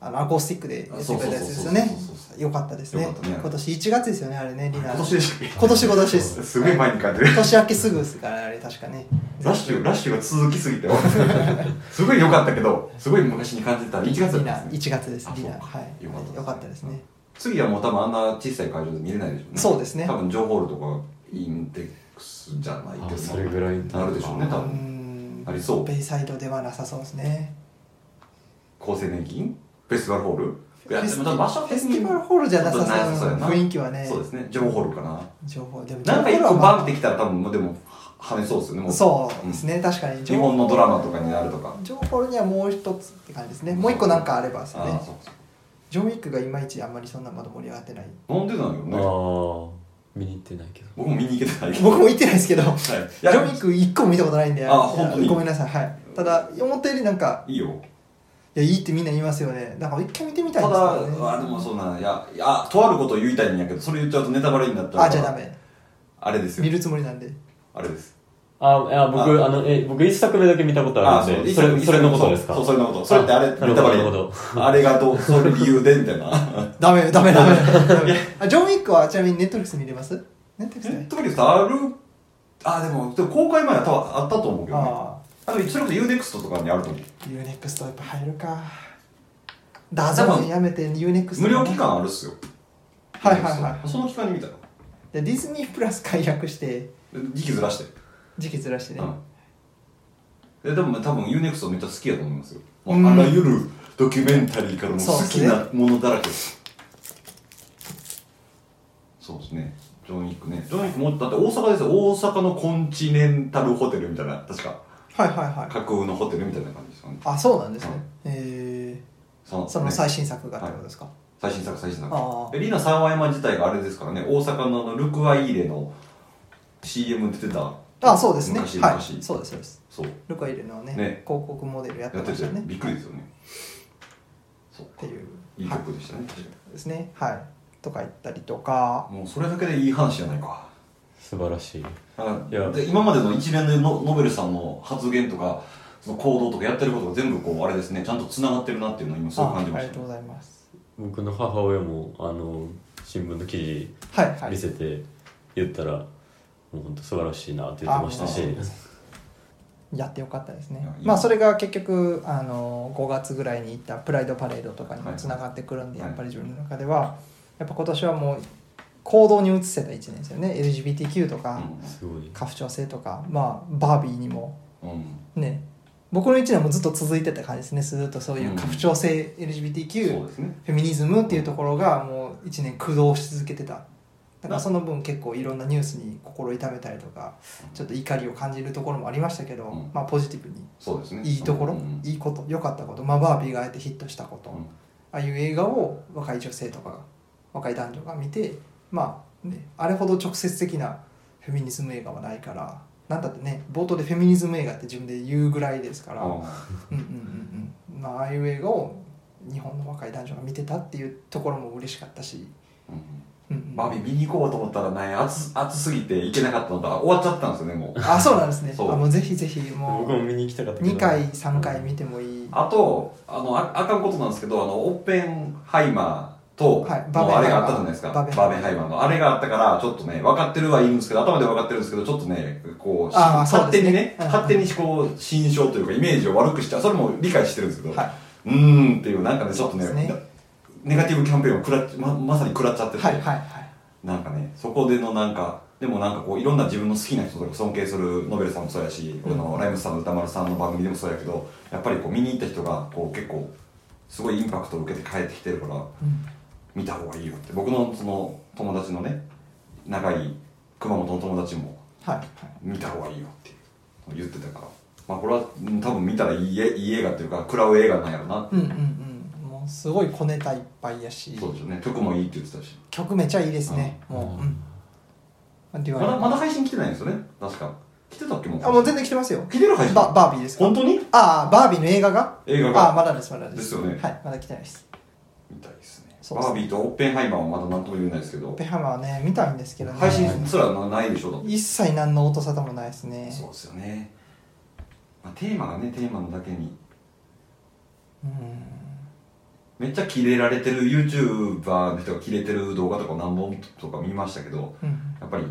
Speaker 1: あのアコースティックでやってくれたやつですよ
Speaker 2: あ
Speaker 1: ね
Speaker 2: そうそうそうそうそうそう
Speaker 1: よかったですね
Speaker 2: よかったね
Speaker 1: 今年1月ですよねあれねリナ
Speaker 2: 今年でしたっ
Speaker 1: 今年今年で
Speaker 2: け
Speaker 1: す
Speaker 2: すごい前に書いてる
Speaker 1: 年明けすぐですからあれ確かね
Speaker 2: ラッシュラッシュが続きす ぎてすごい良かったけどすごい昔に感じてた1月だ
Speaker 1: リ
Speaker 2: った
Speaker 1: ナ
Speaker 2: んです
Speaker 1: 1
Speaker 2: ね
Speaker 1: 月です
Speaker 2: あ
Speaker 1: リナ
Speaker 2: そうか
Speaker 1: はい
Speaker 2: よかったですね
Speaker 1: よかったですね
Speaker 2: 次はもう多分あんな小さい会場で見れないでしょうね
Speaker 1: そうですね
Speaker 2: 多分情報ールとかインデックスじゃないけど
Speaker 3: あそれぐらいに
Speaker 2: なるでしょうね
Speaker 1: う
Speaker 2: 多
Speaker 1: ー
Speaker 2: 分
Speaker 1: ん
Speaker 2: ありそう
Speaker 1: ベイサイドではなさそうですね
Speaker 2: 厚生年金フェスティバルホールいや
Speaker 1: フェ
Speaker 2: で
Speaker 1: ス
Speaker 2: も多分場所
Speaker 1: フェ
Speaker 2: 的
Speaker 1: ス
Speaker 2: に
Speaker 1: ティバルホールじゃなさ
Speaker 2: なさそ
Speaker 1: そうう
Speaker 2: やな
Speaker 1: 雰囲気はね
Speaker 2: そうですね情報ホールかな
Speaker 1: 情報でも
Speaker 2: なんか一
Speaker 1: 情
Speaker 2: 個
Speaker 1: 報は
Speaker 2: バンってきたら多分もうでもははめそうですよねもう
Speaker 1: そうですね確かに
Speaker 2: 日本のドラマとかになるとか
Speaker 1: 情報にはもう一つって感じですねもう一個なんかあればです
Speaker 2: あ
Speaker 1: ね
Speaker 2: あそうそ
Speaker 1: ジョン・ウィックがいまいちあんまりそんなまだ盛り上がってないう
Speaker 2: なんでなん
Speaker 3: あ
Speaker 2: だろうね
Speaker 3: ー見に行ってないけど
Speaker 2: 僕も見に行けてないけど
Speaker 1: 僕も行ってないですけどジ
Speaker 2: はいい
Speaker 1: ョン・ウィ
Speaker 2: や
Speaker 1: ック一個も見たことないんで
Speaker 2: あ本当に
Speaker 1: ごめんなさいはいただ思ったよりなんか
Speaker 2: いいよ
Speaker 1: いやいいってみんな言いますよねだから一回見てみた
Speaker 2: た
Speaker 1: い
Speaker 2: だ
Speaker 1: ですよね
Speaker 2: あでもそうなんやいやとあることを言いたいんやけどそれ言っちゃうとネタバレになっちゃうから
Speaker 1: あじゃあダメ
Speaker 2: あれです
Speaker 1: 見
Speaker 2: よ
Speaker 1: るつもりなんで
Speaker 2: あれです
Speaker 3: あいや僕あのえ僕一作目だけ見たことあるんで
Speaker 2: 一
Speaker 3: そ
Speaker 2: 作
Speaker 3: れ
Speaker 2: 一
Speaker 3: そ
Speaker 2: 作
Speaker 3: れのことですか
Speaker 2: そうそうそれのことそれってあれ
Speaker 3: な
Speaker 2: ネ
Speaker 3: るほど
Speaker 2: タバレ
Speaker 3: なるほ
Speaker 2: あれがどうそういう理由でみたいな
Speaker 1: ダメダメダメダメあジョン・ウィックはちなみにネットフリックス見れますネットフリック
Speaker 2: ネ
Speaker 1: ス
Speaker 2: ッ
Speaker 1: ね
Speaker 2: トフリックスあるあでもでも公開前は多分あったと思うけどね
Speaker 1: あ
Speaker 2: あでもそれこそ UNEXT とかにあると思う
Speaker 1: UNEXT やっぱ入るかダゾーンやめて UNEXT
Speaker 2: 無料期間あるっすよリリース
Speaker 1: はいはいはい
Speaker 2: その期間に見たの
Speaker 1: でディズニープラス解約して
Speaker 2: で時期ずらして、
Speaker 1: 時期ずらしてね、
Speaker 2: うん、ででも多分 UNEXT めっちゃ好きやと思いますよ、もう
Speaker 1: うん
Speaker 2: あらゆるドキュメンタリーからもう
Speaker 1: そう
Speaker 2: 好
Speaker 1: っす
Speaker 2: き
Speaker 1: ね
Speaker 2: なものだらけですそうですねジョン・イックねジョン・イックもだって大阪ですよ大阪のコンチネンタルホテルみたいな確か
Speaker 1: はいはいはい
Speaker 2: 架空のホテルみたいな感じですよね
Speaker 1: あそうなんですね、
Speaker 2: うん
Speaker 1: え
Speaker 2: その
Speaker 1: ー、その
Speaker 2: ね
Speaker 1: 最新作がってことですか、
Speaker 2: 最新作最新作
Speaker 1: あー
Speaker 2: でリナ三和山自体があれですからね大阪のあのルクアイーレの CM 出てた
Speaker 1: あそうですね
Speaker 2: 昔
Speaker 1: は
Speaker 2: 昔、
Speaker 1: いそうですそうです
Speaker 2: そう
Speaker 1: ルカイルのね
Speaker 2: ね
Speaker 1: 広告モデルやって
Speaker 2: やっ
Speaker 1: ま
Speaker 2: て
Speaker 1: してたね
Speaker 2: びっくりです
Speaker 1: は
Speaker 2: よねそう
Speaker 1: いっていう
Speaker 2: いい
Speaker 1: はい
Speaker 2: 曲でしたね確か
Speaker 1: ですねはいとか言ったりとか
Speaker 2: にもうそれだけでいい話じゃないか
Speaker 3: 素晴らしい
Speaker 2: あ
Speaker 3: いや
Speaker 2: で今までの一連のノノベルさんの発言とかその行動とかやってることが全部こうあれですねちゃんとつながってるなっていうのを今すごく
Speaker 1: ああ
Speaker 2: 感じ
Speaker 1: り
Speaker 2: ま
Speaker 1: が
Speaker 2: し
Speaker 1: と
Speaker 2: た
Speaker 1: うございます
Speaker 3: 僕の母親もあの新聞の記事
Speaker 1: はいは
Speaker 3: 見
Speaker 1: い
Speaker 3: せて言ったら、もう本当素晴らしいなって言ってましたし
Speaker 2: あ
Speaker 1: やってよかったです
Speaker 2: い
Speaker 1: ね
Speaker 2: やいい
Speaker 1: まあそれが結局あの5月ぐらいに行ったプライドパレードとかにも
Speaker 2: はい
Speaker 1: つながってくるんで、
Speaker 2: はい
Speaker 1: やっぱり自分の中ではやっぱ今年はもう行動に移せた1年ですよね LGBTQ とか、
Speaker 3: すごい
Speaker 1: 過不調性とかまあバービーにも
Speaker 2: うん、うん
Speaker 1: ね僕の1年もずっと続いてた感じですねずっとそういう過不調性、LGBTQ
Speaker 2: そうですね
Speaker 1: フェミニズムっていうところがもう1年駆動し続けてただからその分結構いろんなニュースに心痛めたりとかちょっと怒りを感じるところもありましたけど、
Speaker 2: うん
Speaker 1: まあポジティブに
Speaker 2: そうですね
Speaker 1: いいところ、
Speaker 2: うんうん
Speaker 1: いいこと良かったこと、まあ、バービーがあえてヒットしたこと、
Speaker 2: うん
Speaker 1: ああいう映画を若い女性とかが若い男女が見てまあ、ね、あれほど直接的なフェミニズム映画はないからなんだってね冒頭でフェミニズム映画って自分で言うぐらいですから、うんうん
Speaker 2: あ
Speaker 1: うんうんまあ、ああいう映画を日本の若い男女が見てたっていうところも嬉しかったし、
Speaker 2: ーうん
Speaker 1: うんうん
Speaker 2: バービー見に行こうと思ったらね暑暑すぎて行けなかったのが終わっちゃったんですよねもう
Speaker 1: あそうなんですねあ
Speaker 2: そう
Speaker 1: もうぜひぜひも
Speaker 3: 僕
Speaker 1: う
Speaker 3: も見に行きたかったけど
Speaker 1: 2回3回見てもいい
Speaker 2: あとあのああかんことなんですけどあのオッペンハイマーと、
Speaker 1: はいバーベンハイマー
Speaker 2: のあれがあったじゃないですか
Speaker 1: バ
Speaker 2: バ
Speaker 1: ーベン
Speaker 2: ーベンハイマーのあれがあったからちょっとね分かってるはいいんですけど頭で分かってるんですけどちょっとねこうし
Speaker 1: あーそう
Speaker 2: 勝
Speaker 1: ですね
Speaker 2: 手にね
Speaker 1: うん
Speaker 2: 勝手にこう心象というかイメージを悪くしちゃうそれも理解してるんですけど、
Speaker 1: はいう
Speaker 2: ーんっていうなんかねちょっと
Speaker 1: そ
Speaker 2: ね
Speaker 1: うですね
Speaker 2: なネガティブキャンペーンを食らっままさに食らっちゃってて、
Speaker 1: はいはいはい
Speaker 2: なんかねそこでのなんかでもなんかこういろんな自分の好きな人とか尊敬するノベルさんもそうやし、
Speaker 1: うん
Speaker 2: 俺のライムスさんの歌丸さんの番組でもそうやけどやっぱりこう見に行った人がこう結構すごいインパクトを受けて帰ってきてるから
Speaker 1: うん
Speaker 2: 見た方がいいよって僕のその友達のね長い熊本の友達も
Speaker 1: はいはい
Speaker 2: 見た方がいいよって言ってたからまあこれはうん多分見たらいいえいい映画っていうか食らう映画なんやろな
Speaker 1: うんうんうんもうすごい小ネタいっぱいやし
Speaker 2: そうでしょうね曲もいいって言ってたし
Speaker 1: 曲めちゃいいですね
Speaker 3: うん
Speaker 1: もううんデュ
Speaker 2: ま
Speaker 1: アル
Speaker 2: だまだ配信来てないんですよね確か来てたっけも
Speaker 1: あもう全然来てますよ
Speaker 2: 来てる配信
Speaker 1: ババービーですか
Speaker 2: 本当に
Speaker 1: ああバービーの映画が
Speaker 2: 映画
Speaker 1: あ
Speaker 2: が
Speaker 1: あまだですまだです
Speaker 2: ですよね
Speaker 1: はいまだ来てないです
Speaker 2: みたいですね
Speaker 1: そうです
Speaker 2: バービーとオッペンハイマーはまだ何とも言えないですけ
Speaker 1: オ
Speaker 2: ど
Speaker 1: ペハマはね見たいんですけどね
Speaker 2: 配信すらないでしょだって
Speaker 1: 一切何の音沙汰もないですね
Speaker 2: そうですよね、まあ、テーマがねテーマのだけに
Speaker 1: うん
Speaker 2: めっちゃキレられてる YouTuber の人がキレてる動画とか何本とか見ましたけど
Speaker 1: うん
Speaker 2: やっぱり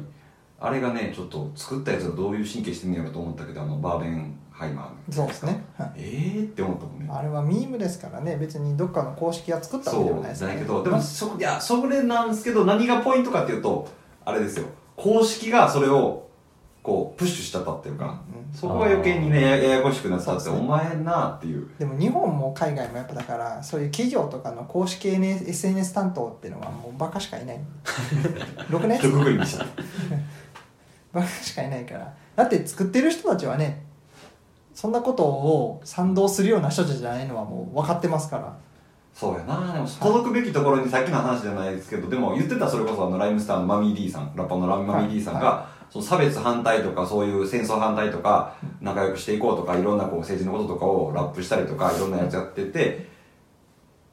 Speaker 2: あれがねちょっと作ったやつがどういう神経してんのやろと思ったけどあのバーベンハイマー
Speaker 1: そうですねはい
Speaker 2: えーって思ったもんね
Speaker 1: あれはミームですからね別にどっかの公式が作ったわ
Speaker 2: そ
Speaker 1: けでも
Speaker 2: う
Speaker 1: ないです
Speaker 2: じゃ
Speaker 1: ね
Speaker 2: ないけどでもそいやそれなんですけど何がポイントかっていうとあれですよ公式がそれをこうプッシュしちゃったっていうか、
Speaker 1: うん
Speaker 2: そこが余計にねやややこしくなっちゃって、
Speaker 1: そうです
Speaker 2: お
Speaker 1: ね
Speaker 2: 前なっていう
Speaker 1: でも日本も海外もやっぱだからそういう企業とかの公式 NS SNS 担当っていうのはもうバカしかいないろくね
Speaker 2: 一括りに しちゃった
Speaker 1: バカしかいないからだって作ってる人たちはねそんなことを賛同するような人たちじゃないのはもう分かってますから
Speaker 2: そうやなでも届くべきところにさっきの話じゃないですけどでも言ってたそれこそあのライムスターのマミー D さんラッパーのラミマミー D さんが、
Speaker 1: は
Speaker 2: その差別反対とかそういう戦争反対とか仲良くしていこうとかいろんなこう政治のこととかをラップしたりとかいろんなやつやってて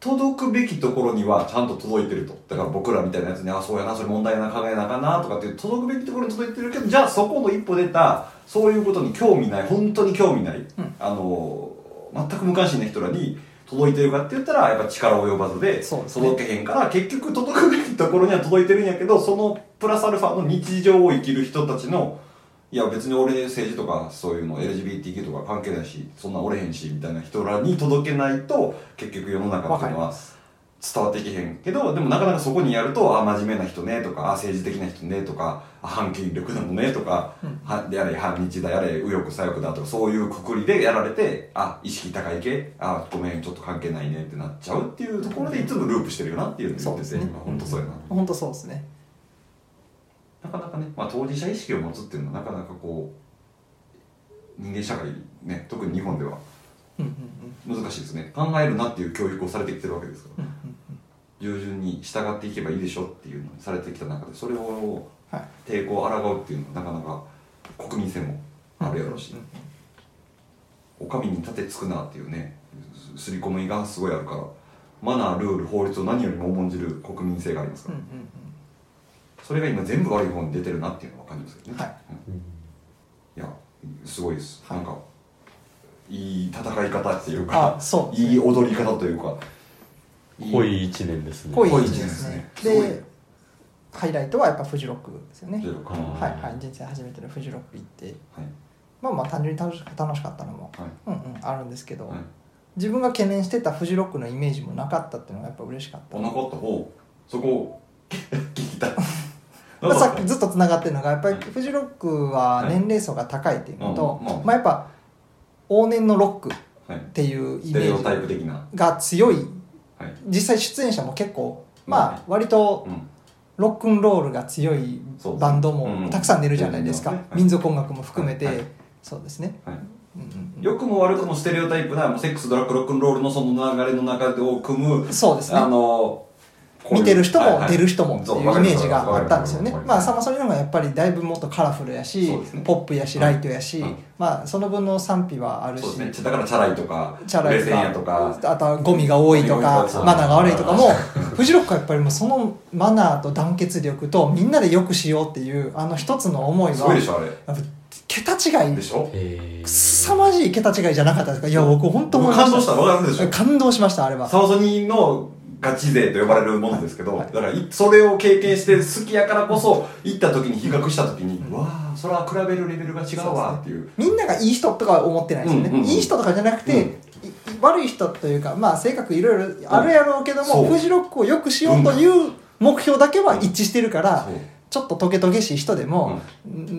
Speaker 2: 届くべきところにはちゃんと届いてるとだから僕らみたいなやつにあそうやなそれ問題やな考えなあかんなとかって届くべきところに届いてるけどじゃあそこの一歩出たそういうことに興味ない本当に興味ない、
Speaker 1: うん
Speaker 2: あの全く無関心な人らに届いてるかって言ったらやっぱ力及ばずで
Speaker 1: そうですね
Speaker 2: 届けへんから結局届くべきところには届いてるんやけどそのプラスアルファの日常を生きる人たちのいや別に俺政治とかそういうの LGBTQ とか関係ないしそんなおれへんしみたいな人らに届けないと結局世の中って
Speaker 1: 分
Speaker 2: い
Speaker 1: か
Speaker 2: う
Speaker 1: り
Speaker 2: の
Speaker 1: ま
Speaker 2: は
Speaker 1: す
Speaker 2: 伝わっていけへんけどでもなかなかそこにやるとあ真面目な人ねとかあ政治的な人ねとかあ反権力なのねとか、
Speaker 1: うん
Speaker 2: はやれ反日だやれ右翼左翼だとかそういうくくりでやられてあ意識高い系あごめんちょっと関係ないねってなっちゃうっていうところでいつもループしてるよなっていうのを言ってて
Speaker 1: そうですね
Speaker 2: 今本当そうやな、
Speaker 1: 本当そうですね
Speaker 2: なかなかね、まあ、当事者意識を持つっていうのはなかなかこう人間社会ね特に日本では
Speaker 1: うんうん
Speaker 2: 難しいですね考えるなっていう教育をされてきてるわけですから
Speaker 1: うんうんうんうん
Speaker 2: 従順に従っていけばいいでしょっていうのにされてきた中でそれを
Speaker 1: はい
Speaker 2: 抵抗を抗うっていうのはなかなか国民性もあるやろうし、
Speaker 1: うんうん
Speaker 2: お上に立てつくなっていうね刷り込みがすごいあるからマナールール法律を何よりも重んじる国民性がありますか
Speaker 1: うん
Speaker 2: ら、
Speaker 1: うん
Speaker 2: それが今全部悪い方に出てるなっていうのは感じますよね、
Speaker 1: はい
Speaker 2: うんいやすごいです、
Speaker 1: はい
Speaker 2: なんかいい戦い方っていうか
Speaker 1: あそうですね
Speaker 2: いい踊り方というか
Speaker 3: 濃い一年ですね
Speaker 1: 濃い
Speaker 2: 濃い
Speaker 1: 一
Speaker 2: 一
Speaker 1: 年で
Speaker 2: 年ですす
Speaker 1: ね
Speaker 2: ね
Speaker 1: でハイライトはやっぱフジロックですよね
Speaker 2: というか
Speaker 3: うん
Speaker 1: はいはい人生初めてのフジロック行って
Speaker 2: はい
Speaker 1: まあまあ単純に楽し楽しかったのも
Speaker 2: はい
Speaker 1: うんうんあるんですけど、
Speaker 2: はい
Speaker 1: 自分が懸念してたフジロックのイメージもなかったっていうのがやっぱ嬉しかった
Speaker 2: おなかった方そこを聞きたい
Speaker 1: まあ、さっき
Speaker 2: なんか
Speaker 1: ずっとつながってるのがやっぱり
Speaker 2: はい
Speaker 1: フジロックは年齢層が高いっていうのと、
Speaker 2: はいうんうん
Speaker 1: まあ、やっぱ往年のロックっ
Speaker 2: はい
Speaker 1: ていうイ
Speaker 2: ス
Speaker 1: メ
Speaker 2: テレオタイ
Speaker 1: ー
Speaker 2: プ
Speaker 1: ジ
Speaker 2: 的な
Speaker 1: が強い
Speaker 2: はい
Speaker 1: 実際出演者も結構
Speaker 2: うん
Speaker 1: まあ
Speaker 2: ね
Speaker 1: 割と
Speaker 2: うん
Speaker 1: ロックンロールが強い
Speaker 2: そうです
Speaker 1: バンド
Speaker 2: う
Speaker 1: も
Speaker 2: ん
Speaker 1: たくさん出るじゃないですか、
Speaker 2: 出るよねはい
Speaker 1: 民族音楽も含めて、
Speaker 2: はいはい
Speaker 1: そうですね、
Speaker 2: はい
Speaker 1: うんうんうん
Speaker 2: 良くも悪くもステレオタイプなもうセックスドラッグロックンロールのその流れの中でを組む、
Speaker 1: そうですね
Speaker 2: あのこういう
Speaker 1: 見てる人
Speaker 2: はい
Speaker 1: も
Speaker 2: はい
Speaker 1: 出る人もっていうイメージがあったんですよね
Speaker 2: そうわかり
Speaker 1: まあ
Speaker 2: ます
Speaker 1: さまそれの方がやっぱりだいぶもっとカラフルやし、
Speaker 2: そうですね
Speaker 1: ポップやしライトやし、
Speaker 2: うん
Speaker 1: まあその分の賛否はあるし
Speaker 2: そうですねだからチャラいとか
Speaker 1: チャラい
Speaker 2: 冷静やと
Speaker 1: と
Speaker 2: か
Speaker 1: かあとはゴミが多いと
Speaker 2: ゴミが多
Speaker 1: か
Speaker 2: いとか
Speaker 1: マナーが悪いとかもフジロックはやっぱりもうそのマナーと団結力とみんなでよくしようっていうあの一つの思い
Speaker 2: すごい
Speaker 1: は
Speaker 2: でしょあれ
Speaker 1: やっぱ桁違い
Speaker 2: でしょ
Speaker 3: えー
Speaker 1: 凄まじい桁違いじゃなかったですかいや僕本当思いま
Speaker 2: 感動し
Speaker 1: した
Speaker 2: らわかるでしょ
Speaker 1: た感動しましたあれは
Speaker 2: サワソニのガチ勢と呼ばれるものですけど、
Speaker 1: はい
Speaker 2: だからいそれを経験して好きやからこそ行った時に比較した時に、うわあそれは比べるレベルが違うわっていう
Speaker 1: みんながいい人とかは思ってないですよね、
Speaker 2: うんうんうん
Speaker 1: いい人とかじゃなくて、
Speaker 2: うん
Speaker 1: い悪い人というかまあ性格いろいろあるやろうけども、
Speaker 2: うんそう
Speaker 1: フジロックを良くしようという目標だけは一致してるから、
Speaker 2: そう
Speaker 1: ちょっとトゲトゲしい人でも、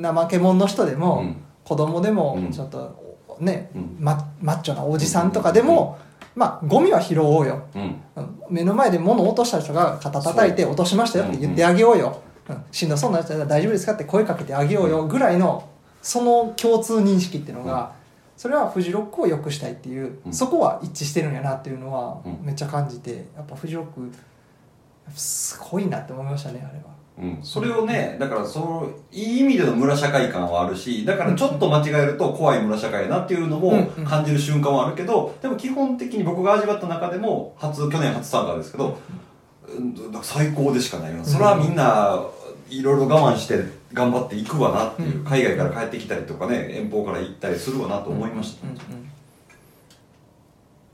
Speaker 1: 怠け者の人でも、
Speaker 2: うん
Speaker 1: 子供でも、
Speaker 2: うん
Speaker 1: ちょっとね、
Speaker 2: うん
Speaker 1: ママッチョなおじさんとかでも、まあゴミは拾おうよ、
Speaker 2: うん
Speaker 1: うん目の前で物を落とした人が肩叩いて落としましたよって言ってあげようよ、うんしんどそうな人だったら大丈夫ですかって声かけてあげようよぐらいのその共通認識っていうのが、それはフジロックを良くしたいっていう、
Speaker 2: うん
Speaker 1: そこは一致してるんやなっていうのは
Speaker 2: うん
Speaker 1: めっちゃ感じてやっぱフジロックやっぱすごいなって思いましたねあれは。
Speaker 2: うん、それをねだからそのいい意味での村社会感はあるしだからちょっと間違えると怖い村社会だなっていうの
Speaker 1: うん
Speaker 2: も感じる瞬間はあるけどでも基本的に僕が味わった中でも初去年初参加ですけど、うん、だから最高でしかないよそれはみんないろいろ我慢して頑張っていくわなっていう、
Speaker 1: うん
Speaker 2: 海外から帰ってきたりとかね遠方から行ったりするわなと思いました、
Speaker 1: うんうんっ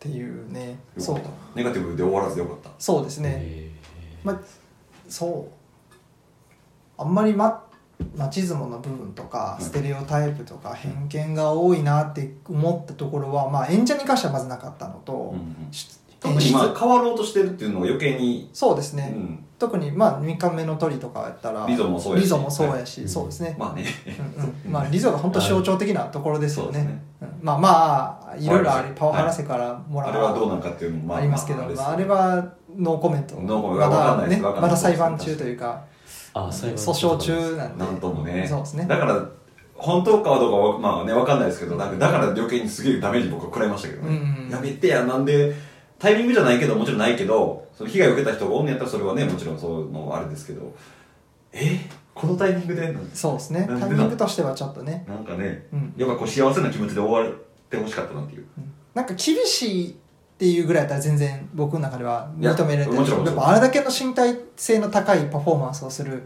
Speaker 1: ていうね
Speaker 2: よか
Speaker 1: そ
Speaker 2: っ
Speaker 1: う
Speaker 2: たネガティブで終わらずよかった
Speaker 1: そうですね、
Speaker 3: え
Speaker 1: まあそうあんまり、ま、マチズモの部分とか
Speaker 2: い
Speaker 1: ステレオタイプとか偏見が多いなって思ったところは、まあ、演者に関してはまずなかったのと、
Speaker 2: うんうん
Speaker 1: し
Speaker 2: 特に
Speaker 1: 演
Speaker 2: 今
Speaker 1: 出
Speaker 2: 変わろうとしてるっていうのは余計に、
Speaker 1: そうです
Speaker 2: う
Speaker 1: ね、
Speaker 2: ん、
Speaker 1: 特に、まあ、3日目の鳥とかやったら
Speaker 2: リゾもそうやし
Speaker 1: リゾもそうやし、
Speaker 3: はい
Speaker 1: そうですね、
Speaker 2: まあね
Speaker 1: うんうんまあ、リゾが本当象徴的なところですよね,、
Speaker 2: そうですね
Speaker 1: うんまあまあいろいろありパ
Speaker 2: パ
Speaker 1: ワ
Speaker 2: ワ
Speaker 1: ハ
Speaker 2: ハ
Speaker 1: ラ
Speaker 2: ラ
Speaker 1: 世からもら
Speaker 2: あれはどうなんかっていうのも
Speaker 1: ありますけど、まあ
Speaker 2: れです
Speaker 1: あ、れはノーコメント
Speaker 2: ノーコメン
Speaker 1: ま
Speaker 2: トわか
Speaker 1: だ
Speaker 2: んないで
Speaker 1: ね
Speaker 2: すわ
Speaker 1: ま
Speaker 2: かん
Speaker 1: だ
Speaker 2: ない
Speaker 1: 裁判中というか
Speaker 3: ーあ
Speaker 1: 訴
Speaker 3: 最後
Speaker 1: 訟中なんで
Speaker 2: なんともね
Speaker 1: そうですね
Speaker 2: だから本当かどうかはまあね分かんないですけどなんかだから余計にすげえダメージ僕は食らいましたけどね、
Speaker 1: うんうん
Speaker 2: やめてやなんでタイミングじゃないけどもちろんないけどその被害を受けた人がおんねやったらそれはねもちろんそうのあれですけどえこのタイミングでなん
Speaker 1: そうですね
Speaker 2: なんで
Speaker 1: タ
Speaker 2: だ
Speaker 1: イミングとしてはちょっとね、
Speaker 2: なんかね
Speaker 1: うん、
Speaker 2: やっぱこう幸せな気持ちで終わってほしかったなっていう
Speaker 1: なんか厳しいっていうぐらいだったら全然僕の中では認められて
Speaker 2: いやもちろん
Speaker 1: やっぱあれだけの身体性の高いパフォーマンスをする
Speaker 2: ん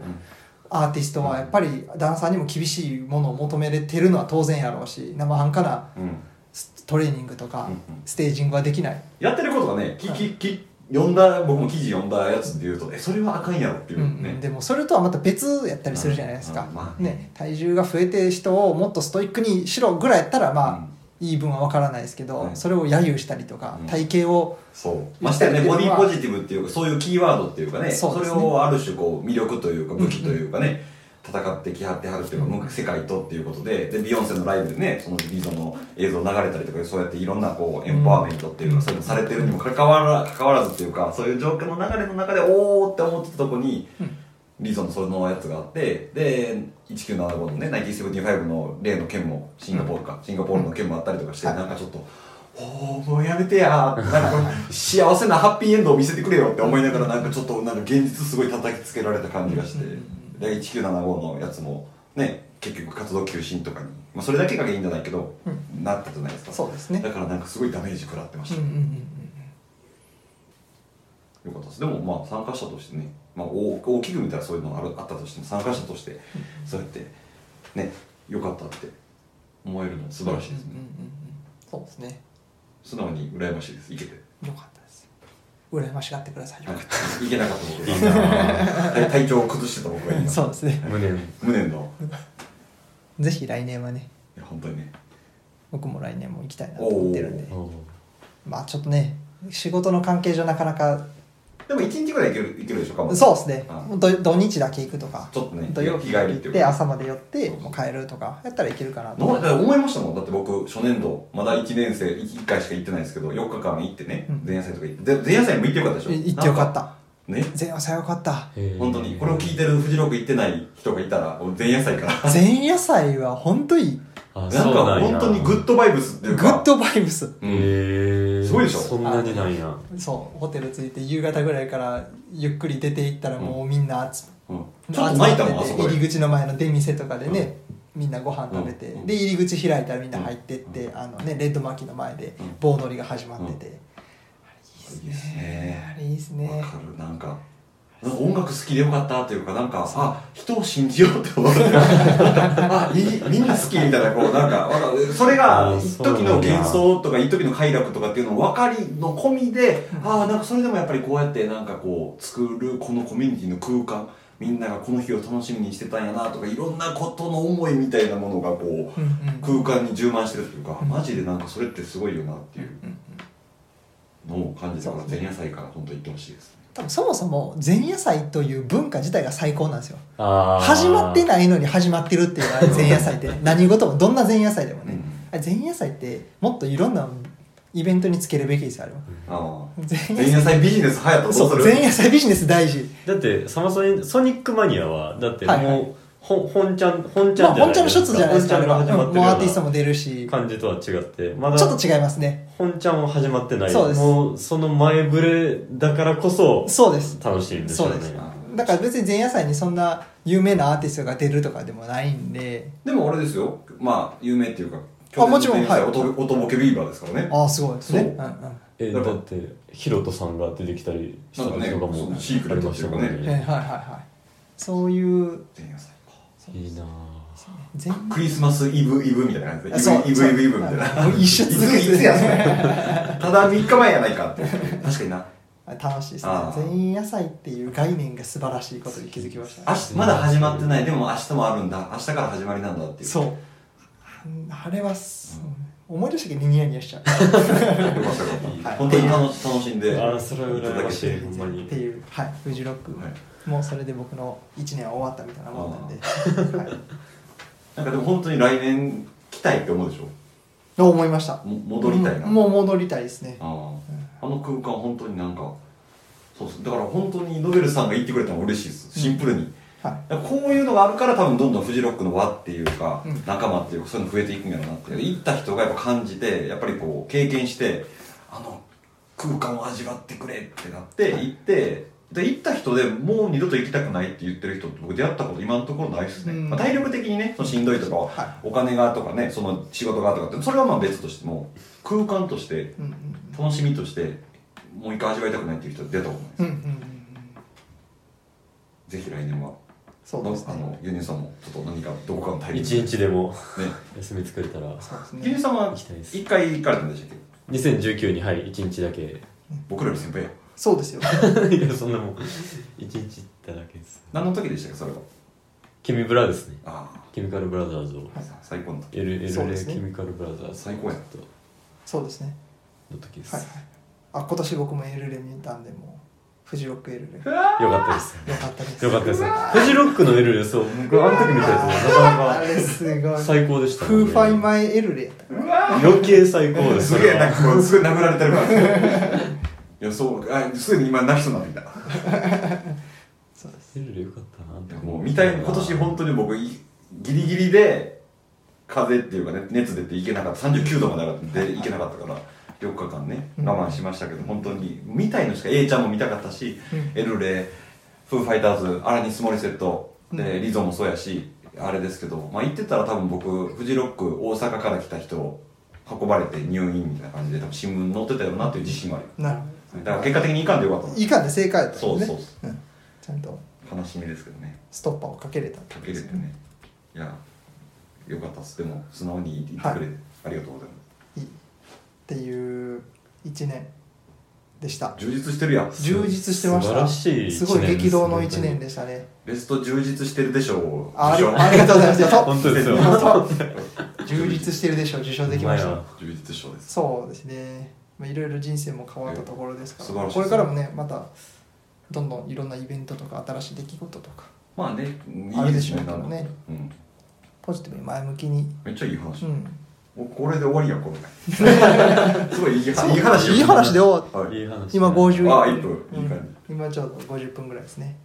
Speaker 1: アーティストはやっぱりダンサーにも厳しいものを求めれてるのは当然やろうし生半可な
Speaker 2: うん
Speaker 1: ストレーニングとか
Speaker 2: うんうん
Speaker 1: ステージングはできない、
Speaker 2: やってることがねき
Speaker 1: はい
Speaker 2: きき読んだ僕も記事読んだやつで言うとえそれはあかんやろっていう
Speaker 1: うんうん
Speaker 2: ね、
Speaker 1: でもそれとはまた別やったりするじゃないですか、
Speaker 2: うんうんまあ
Speaker 1: ね、体重が増えて人をもっとストイックにしろぐらいやったらまあ、
Speaker 2: うん
Speaker 1: 言い分はわからないですけど、
Speaker 2: はい
Speaker 1: それを揶揄したりとか、
Speaker 2: うん
Speaker 1: 体型を
Speaker 2: そうましてやねボディーポジティブっていうかそういうキーワードっていうかね
Speaker 1: そう
Speaker 2: そ
Speaker 1: ですね
Speaker 2: れをある種こう魅力というか武器というかね戦ってきはってはるっていうか向く世界とっていうことででビヨンセのライブでねそのビーゾンの映像流れたりとかでそうやっていろんなこうエンパワーメントっていうのがそういうのされてるにもかかわらかわらずっていうかそういう状況の流れの中でおおって思ってたとこに
Speaker 1: うん
Speaker 2: リゾンのそのやつがあってで1975のね1975の例の件もシンガポールか、シンガポールの件もあったりとかして、
Speaker 1: はい
Speaker 2: なんかちょっと「おーもうやめてや」ってなんか幸せなハッピーエンドを見せてくれよって思いながらなんかちょっとなんか現実すごい叩きつけられた感じがして、
Speaker 1: うん
Speaker 2: で1975のやつもね結局活動休止とかに、まあ、それだけが原因じゃないけど、
Speaker 1: う
Speaker 2: なったじゃないですか
Speaker 1: そうですね
Speaker 2: だからなんかすごいダメージ食らってました、よかったですでもまあ参加者としてね、まあ、大大きく見たらそういうのがあるあったとしても参加者としてそうやってねよかったって思えるの素晴らしいですね、
Speaker 1: うんうんうんうんそうですね
Speaker 2: 素直に羨ましいですいけて
Speaker 1: よかったです羨ましがってくださいよ
Speaker 2: は
Speaker 1: かっ
Speaker 2: いいけなかった僕
Speaker 3: いいな
Speaker 2: が 体体調を崩してた僕がいい
Speaker 1: た
Speaker 2: な
Speaker 1: そうですね
Speaker 3: 無念
Speaker 2: 無 念の
Speaker 1: ぜひ来年はね
Speaker 2: いや本当にね
Speaker 1: 僕も来年も行きたいなと思ってるんで
Speaker 3: おー
Speaker 1: まあちょっとね仕事の関係上なかなか
Speaker 2: でも1日ぐらいいけるいけるでしょかも
Speaker 1: そうですね
Speaker 2: あ
Speaker 1: 土土日だけ行くとか
Speaker 2: ちょっとね
Speaker 1: 土曜日
Speaker 2: 日帰りっていう
Speaker 1: で
Speaker 2: か
Speaker 1: 朝まで寄って
Speaker 2: そうそう
Speaker 1: もう帰るとかやったらいけるかなと
Speaker 2: なんか思いましたもんだって僕初年度まだ1年生 1, 回しか行ってないですけど4日間行ってね
Speaker 1: うん
Speaker 2: 前夜祭とか行ってで前夜祭も行ってよかったでしょ
Speaker 1: え行ってよか
Speaker 2: なん
Speaker 1: っ
Speaker 2: か
Speaker 1: た
Speaker 2: ね
Speaker 1: 前夜祭よかった
Speaker 3: へー
Speaker 2: 本当にこれを聞いてるフジロック行ってない人がいたら俺前夜祭から
Speaker 1: 前夜祭は本当に
Speaker 3: あ
Speaker 2: なん
Speaker 3: そう
Speaker 2: か
Speaker 3: や
Speaker 2: 本当にグッドバイブスってい
Speaker 1: グ
Speaker 2: うか
Speaker 1: ッドバイブス
Speaker 2: うん
Speaker 3: へえ
Speaker 2: すごいでしょ
Speaker 3: そんなになんや
Speaker 1: そうホテル着いて夕方ぐらいからゆっくり出て行ったらもうみんな集
Speaker 2: うんちょ
Speaker 1: ま
Speaker 2: っ
Speaker 1: っ
Speaker 2: と
Speaker 1: て
Speaker 2: 泣いたもんあそこ
Speaker 1: 入
Speaker 2: で
Speaker 1: り口の前の出店とかでね、みんなご飯食べて、
Speaker 2: うん
Speaker 1: で入り口開いたらみんな入ってって、あのねレッドマーキーの前で
Speaker 2: うん
Speaker 1: 棒乗りが始まってて、
Speaker 2: いいですね
Speaker 1: あれいいですね
Speaker 2: わかるなんかなんか音楽好きでよかったというかなんかあ人を信じようって思うあいいみんな好きみたいなこうなんかわかるそれ
Speaker 3: あ
Speaker 2: が
Speaker 3: ー
Speaker 2: 一
Speaker 3: そうな
Speaker 2: 時
Speaker 3: んだ
Speaker 2: の幻想とか一時の快楽とかっていうのを分かりの込みでああなんかそれでもやっぱりこうやってなんかこう作るこのコミュニティの空間みんながこの日を楽しみにしてたんやなとかいろんなことの思いみたいなものがこ
Speaker 1: うんうん
Speaker 2: う空間に充満してるというか
Speaker 1: うん
Speaker 2: マジでなんかそれってすごいよなっていう
Speaker 1: うんうん
Speaker 2: のを感じたから
Speaker 1: そうですね
Speaker 2: 前夜祭から本当に行ってほしいです
Speaker 1: 多分そもそも前夜祭という文化自体が最高なんですよ
Speaker 3: あー
Speaker 1: 始まってないのに始まってるっていうあれ前夜祭って何事もどんな前夜祭でもね、
Speaker 2: うん
Speaker 1: あれ前夜祭ってもっといろんなイベントにつけるべきですよあれは
Speaker 2: ああ
Speaker 1: 前
Speaker 2: 前夜祭ビジネス流行ったらどうす
Speaker 1: そう
Speaker 2: る
Speaker 1: 前夜祭ビジネス大事
Speaker 3: だってそもそもソニックマニアはだってもう、
Speaker 1: はいはい
Speaker 3: ほ本ちゃん本ち
Speaker 1: ま
Speaker 3: ゃ
Speaker 1: あ
Speaker 3: んじゃな
Speaker 1: 本
Speaker 3: い
Speaker 1: ちゃんの一つじゃないですかあれはう
Speaker 3: 本
Speaker 1: ん
Speaker 3: ちゃんが始まって
Speaker 1: もうアーティスト
Speaker 3: るよ
Speaker 1: も出るし
Speaker 3: う
Speaker 1: ち
Speaker 3: な感じとは違ってまだ
Speaker 1: ょっと違いますね
Speaker 3: 本ちゃんは始まってない
Speaker 1: そうです
Speaker 3: もうその前触れだからこそ
Speaker 1: そうです
Speaker 3: 楽しいんですよね
Speaker 1: そうです
Speaker 2: あ
Speaker 1: だから別に前夜祭にそんな有名なアーティストが出るとかでもないんで
Speaker 2: でもあれですよまあ有名っていうか
Speaker 1: あもちろん
Speaker 2: 去年の前夜祭
Speaker 1: はい
Speaker 2: おと音ボケビーバーですからね
Speaker 1: ああすごいですね
Speaker 2: そうん
Speaker 1: ん
Speaker 3: えだってヒロトさんが出てきたりした時とか
Speaker 2: なんか
Speaker 3: も
Speaker 2: ねシーク
Speaker 3: あ
Speaker 2: レッ
Speaker 3: り
Speaker 2: ト
Speaker 3: ま
Speaker 2: って
Speaker 3: し
Speaker 2: い
Speaker 3: た
Speaker 2: うか
Speaker 3: も
Speaker 2: ね
Speaker 3: ん
Speaker 1: えはい
Speaker 3: ね
Speaker 1: はいはいそういう
Speaker 2: 前夜祭か
Speaker 3: いいな
Speaker 1: 前夜
Speaker 2: クリスマスイブイブみたいな感じで
Speaker 1: そう
Speaker 2: イブイブイブイブみたい
Speaker 1: そ
Speaker 2: な
Speaker 1: うもう一緒続けて
Speaker 2: いついつやそれ ただ3日前やないかって確かにな
Speaker 1: 楽しいですね
Speaker 2: ああ
Speaker 1: 前夜祭っていう概念が素晴らしいことに気づきました
Speaker 2: 明
Speaker 1: ね
Speaker 2: 日まだ始まってないでも明日もあるんだ明日から始まりなんだっていう
Speaker 1: そうああれはす思い出したけどニヤニヤしちゃう
Speaker 2: よかったよかった本当に楽し楽しんで
Speaker 3: あーそれは羨ましい
Speaker 2: いただけて
Speaker 3: ほんまに
Speaker 1: っていうはいフジロック、
Speaker 2: はい
Speaker 1: もうそれで僕の1年は終わったみたいなもんなんで、はい、
Speaker 2: なんかでも本当に来年来たいって思うでしょ
Speaker 1: と思いました
Speaker 2: も戻りたいな
Speaker 1: もう戻りたいですね
Speaker 2: あああの空間本当になんかそうですだから本当にノベルさんが言ってくれたのが嬉しいですシンプルに、
Speaker 1: は
Speaker 2: だからこういうのがあるから多分どんどんフジロックの輪っていうか、
Speaker 1: うん
Speaker 2: 仲間っていうかそういうの増えていくんやろうなって行った人がやっぱ感じてやっぱりこう経験してあの空間を味わってくれってなって行ってで行った人でもう二度と行きたくないって言ってる人って僕出会ったこと今のところないですね、
Speaker 1: うん
Speaker 2: まあ、体力的にねそのしんどいとか、
Speaker 1: は
Speaker 2: お金がとかねその仕事がとかってそれはまあ別としても空間として
Speaker 1: いうんうん
Speaker 2: 楽しみとしてもう一回味わいたくないっていう人出たことないです、
Speaker 1: うんうんうんうん
Speaker 2: ぜひ来年は
Speaker 1: そうです
Speaker 2: あ
Speaker 1: ね
Speaker 2: のユニさんもちょっと何かどこかのタイミング
Speaker 3: 一日でも
Speaker 2: ね
Speaker 3: 休み作れたら
Speaker 1: そうです
Speaker 2: ユニ
Speaker 1: ね
Speaker 2: さんは
Speaker 3: 行きたいです
Speaker 2: 一回行かれたんでしたっけ
Speaker 3: 2019にはい一日だけ
Speaker 2: 僕らより先輩や
Speaker 1: そうですよ
Speaker 3: いやそんなもん一日行っただけです
Speaker 2: 何の時でしたっけそれは
Speaker 3: キミブラですね
Speaker 2: ああ
Speaker 3: ケミカルブラザーズを
Speaker 2: 最高の時
Speaker 3: LA、
Speaker 1: そうです
Speaker 3: LA
Speaker 1: ね
Speaker 3: ケミカルブラザーズ
Speaker 2: 最高やん
Speaker 3: と
Speaker 1: そうですね
Speaker 3: の時です、
Speaker 1: はいはいあ今年僕もエルレ見たんでもうフジロックエルレよか
Speaker 3: よかったです
Speaker 1: ったです
Speaker 3: よかったですフジロックの LA そう僕あの時見たやつもな
Speaker 1: あ
Speaker 3: か
Speaker 1: れすご
Speaker 3: なか
Speaker 1: い
Speaker 3: 最高でしたね、
Speaker 1: フーファイマイエルレやったか
Speaker 3: 余計最高です
Speaker 2: すげえなんかこうすぐ殴られてるから いやそうあすぐに今泣きそうになってきた
Speaker 1: そうです
Speaker 3: エルレよかったなって
Speaker 2: もう見たい今年本当に僕いギリギリで風邪っていうかね熱出ていけなかった39度まで上がってでいけなかったから4日間ね
Speaker 1: うん
Speaker 2: 我慢しましたけど、本当に見たいのしか A ちゃんも見たかったし、
Speaker 1: うん
Speaker 2: エルレフーファイターズアラニス・モリセットで、
Speaker 1: うん
Speaker 2: リゾもそうやしあれですけど、まあ、行ってたら多分僕フジロック大阪から来た人運ばれて入院みたいな感じで多分新聞載ってたよなという自信もある
Speaker 1: なるほ
Speaker 2: だから結果的に行かんでよかったな
Speaker 1: どいかんで正解やった
Speaker 2: そ
Speaker 1: ん
Speaker 2: う
Speaker 1: で
Speaker 2: そう
Speaker 1: ね
Speaker 2: そう
Speaker 1: うんちゃんと
Speaker 2: 悲しみですけどね
Speaker 1: ストッパーをかけれたって
Speaker 2: か
Speaker 1: こ
Speaker 2: け
Speaker 1: と
Speaker 2: れ
Speaker 1: で
Speaker 2: て
Speaker 1: すよ
Speaker 2: ねいやよかったっすでも素直に言ってくれて、ありがとうございま
Speaker 1: いいっていう1年でした
Speaker 2: す充実してるやん
Speaker 1: 充実してました
Speaker 3: 素晴らしい一年です
Speaker 1: すごい激動の1年でした ね
Speaker 2: ベスト充実してるでしょう
Speaker 1: あ
Speaker 2: 受賞
Speaker 1: ありがとうございますやっと
Speaker 3: 本当ですよ
Speaker 1: やっと充実してるでしょう受賞できまし
Speaker 3: ほん
Speaker 1: た
Speaker 3: や
Speaker 2: 充実賞です
Speaker 1: そうですねまあいろいろ人生も変わったところですか
Speaker 2: 素晴
Speaker 1: ら
Speaker 2: らしい
Speaker 1: これからもねまたどんどんいろんなイベントとか新しい出来事とか
Speaker 2: まあね
Speaker 1: あ
Speaker 2: い
Speaker 1: れ
Speaker 2: い
Speaker 1: で
Speaker 2: で
Speaker 1: しょ
Speaker 2: す
Speaker 1: う
Speaker 2: ね
Speaker 1: けどね
Speaker 2: なんかうん
Speaker 1: ポジティブに前向きに
Speaker 2: めっちゃいい話、
Speaker 1: うん
Speaker 2: おこれで終わりや これすごいいい話いい話よ
Speaker 1: いい話で終わった
Speaker 2: はい
Speaker 3: いい話
Speaker 1: 今51分
Speaker 2: あ一分いい感じ
Speaker 1: うん今ちょうど50分ぐらいですね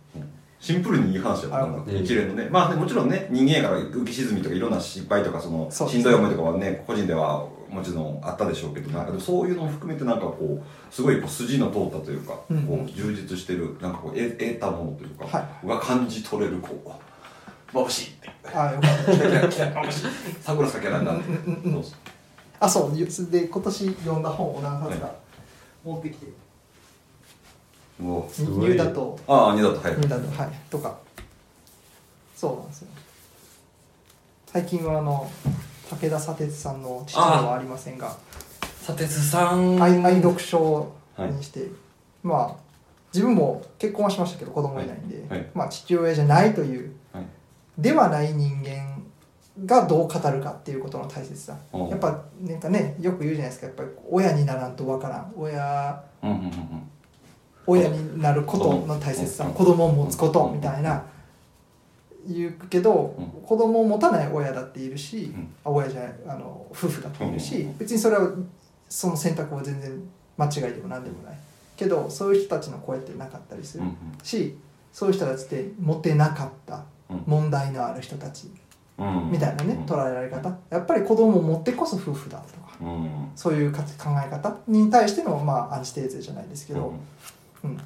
Speaker 2: シンプルにいい話やった
Speaker 1: あ
Speaker 2: な
Speaker 1: よ
Speaker 2: ん
Speaker 1: か
Speaker 3: った
Speaker 2: か一連のねまあねもちろんね人間やから浮き沈みとかいろんな失敗とかその
Speaker 1: そうです
Speaker 2: しんどい思いとかはね個人ではもちろんあったでしょうけどなんかでもそういうのも含めてなんかこうすごいこう筋の通ったというか、
Speaker 1: うん
Speaker 2: こう充実してるなんかこう得得たものというか、
Speaker 1: は
Speaker 2: が感じ取れるこう眩しい って
Speaker 1: あよかった
Speaker 2: キラキラキラ眩しいサングラスかけられなってそうそう
Speaker 1: あそうゆで今年読んだ本を何冊か持ってきて
Speaker 2: もう
Speaker 3: すごい
Speaker 1: ニューダと
Speaker 2: ああ二度とはい
Speaker 1: ニューダとはいとかそうなんですよ最近はあの武田砂鉄さんの父ではありませんが
Speaker 2: 砂鉄さん
Speaker 1: 愛愛読書にして、まあ自分も結婚はしましたけど子供いないんで、
Speaker 2: はいはい
Speaker 1: まあ父親じゃないという
Speaker 2: はい
Speaker 1: ではない人間がどう語るかっていうことの大切さ
Speaker 2: うん
Speaker 1: やっぱなんかねよく言うじゃないですかやっぱり親にならんとわからん親
Speaker 2: うんうんうんうん
Speaker 1: 親になることの大切さ
Speaker 2: うん
Speaker 1: 子供を持つこと
Speaker 2: うん
Speaker 1: みたいな言うけど
Speaker 2: うん
Speaker 1: 子供を持たない親だっているし
Speaker 2: ん
Speaker 1: あ親じゃないあの夫婦だっている
Speaker 2: うん
Speaker 1: し
Speaker 2: うんうん
Speaker 1: 別にそれはその選択は全然間違いでも何でもないけどそういう人たちの声ってなかったりす
Speaker 2: うん
Speaker 1: る
Speaker 2: うん
Speaker 1: しそういう人たちって持てなかった
Speaker 2: うん
Speaker 1: 問題のある人たち
Speaker 2: うん
Speaker 1: みたいなね捉えられ方やっぱり子供を持ってこそ夫婦だとか
Speaker 2: うんうん
Speaker 1: そういうか考え方に対してのまあアンチテーゼじゃないですけど、うん、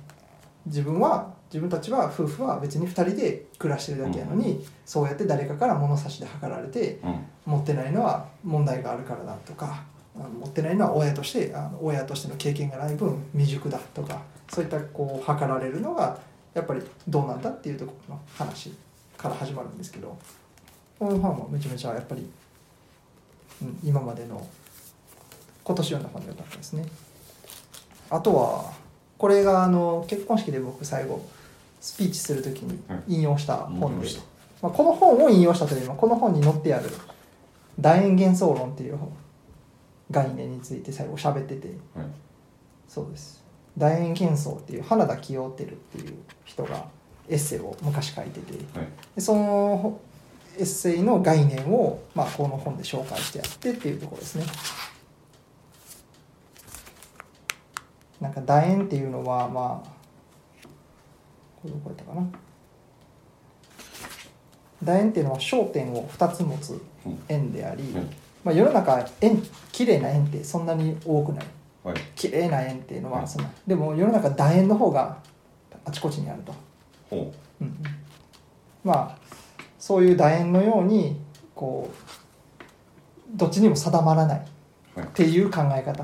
Speaker 1: 自分は自分たちは夫婦は別に2人で暮らしてるだけやのに、そうやって誰かから物差しで測られて
Speaker 2: うん
Speaker 1: 持ってないのは問題があるからだとかあの持ってないのは親としてあの親としての経験がない分未熟だとかそういったこう測られるのがやっぱりどうなんだっていうところの話から始まるんですけどこの本はめちゃめちゃやっぱり、うん、今までの今年読んだ本でよかったですね。あとはこれがあの結婚式で僕最後スピーチするときに引用した本で、
Speaker 2: うん
Speaker 1: まあ、この本を引用したというよりもこの本に載ってある「楕円幻想論」っていう概念について最後喋ってて
Speaker 2: はい
Speaker 1: そうです楕円幻想っていう花田清照っていう人がエッセイを昔書いてて
Speaker 2: はい
Speaker 1: でそのエッセイの概念を、まあ、この本で紹介してやってっていうところですね。なんか楕円っていうのはまあこれどこやったかな楕円っていうのは焦点を2つ持つ円であり、
Speaker 2: うん
Speaker 1: まあ、世の中円綺麗な円ってそんなに多くない
Speaker 2: はい
Speaker 1: 綺麗な円っていうの
Speaker 2: う
Speaker 1: は
Speaker 2: ん
Speaker 1: そんなでも世の中楕円の方があちこちにあると。
Speaker 2: ほ
Speaker 1: うんうんまあそういう楕円のようにこうどっちにも定まらない
Speaker 2: はい
Speaker 1: っていう考え方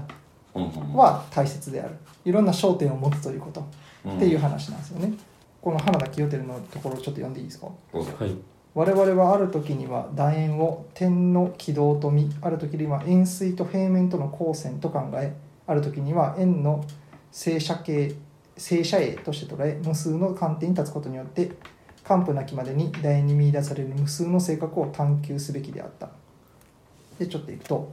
Speaker 2: ううんうん
Speaker 1: は大切であるいろんな焦点を持つということ
Speaker 2: うん
Speaker 1: っていう話なんですよね。この花田清照のところをちょっと読んでいいですか
Speaker 2: どうぞ
Speaker 3: はい
Speaker 1: 我々はある時には楕円を点の軌道と見ある時には円錐と平面との交線と考えある時には円の正射形正射影として捉え無数の観点に立つことによって完膚なきまでに第に見出される無数の性格を探求すべきであったでちょっといくと、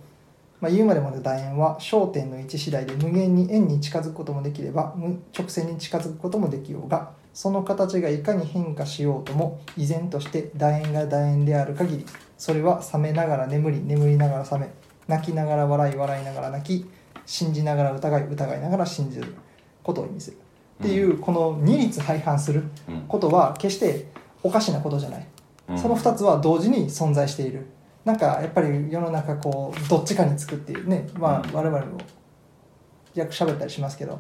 Speaker 1: まあ、言うまでもない楕円は焦点の位置次第で無限に円に近づくこともできれば無直線に近づくこともできようがその形がいかに変化しようとも依然として楕円が楕円である限りそれは覚めながら眠り眠りながら覚め泣きながら笑い笑いながら泣き信じながら疑い疑いながら信じることを意味するっていうこの二律背反する
Speaker 2: うん
Speaker 1: ことは決しておかしなことじゃない
Speaker 2: うん
Speaker 1: その2つは同時に存在しているなんかやっぱり世の中こうどっちかにつくっていうねま
Speaker 2: うん
Speaker 1: あ我々もよく喋ったりしますけど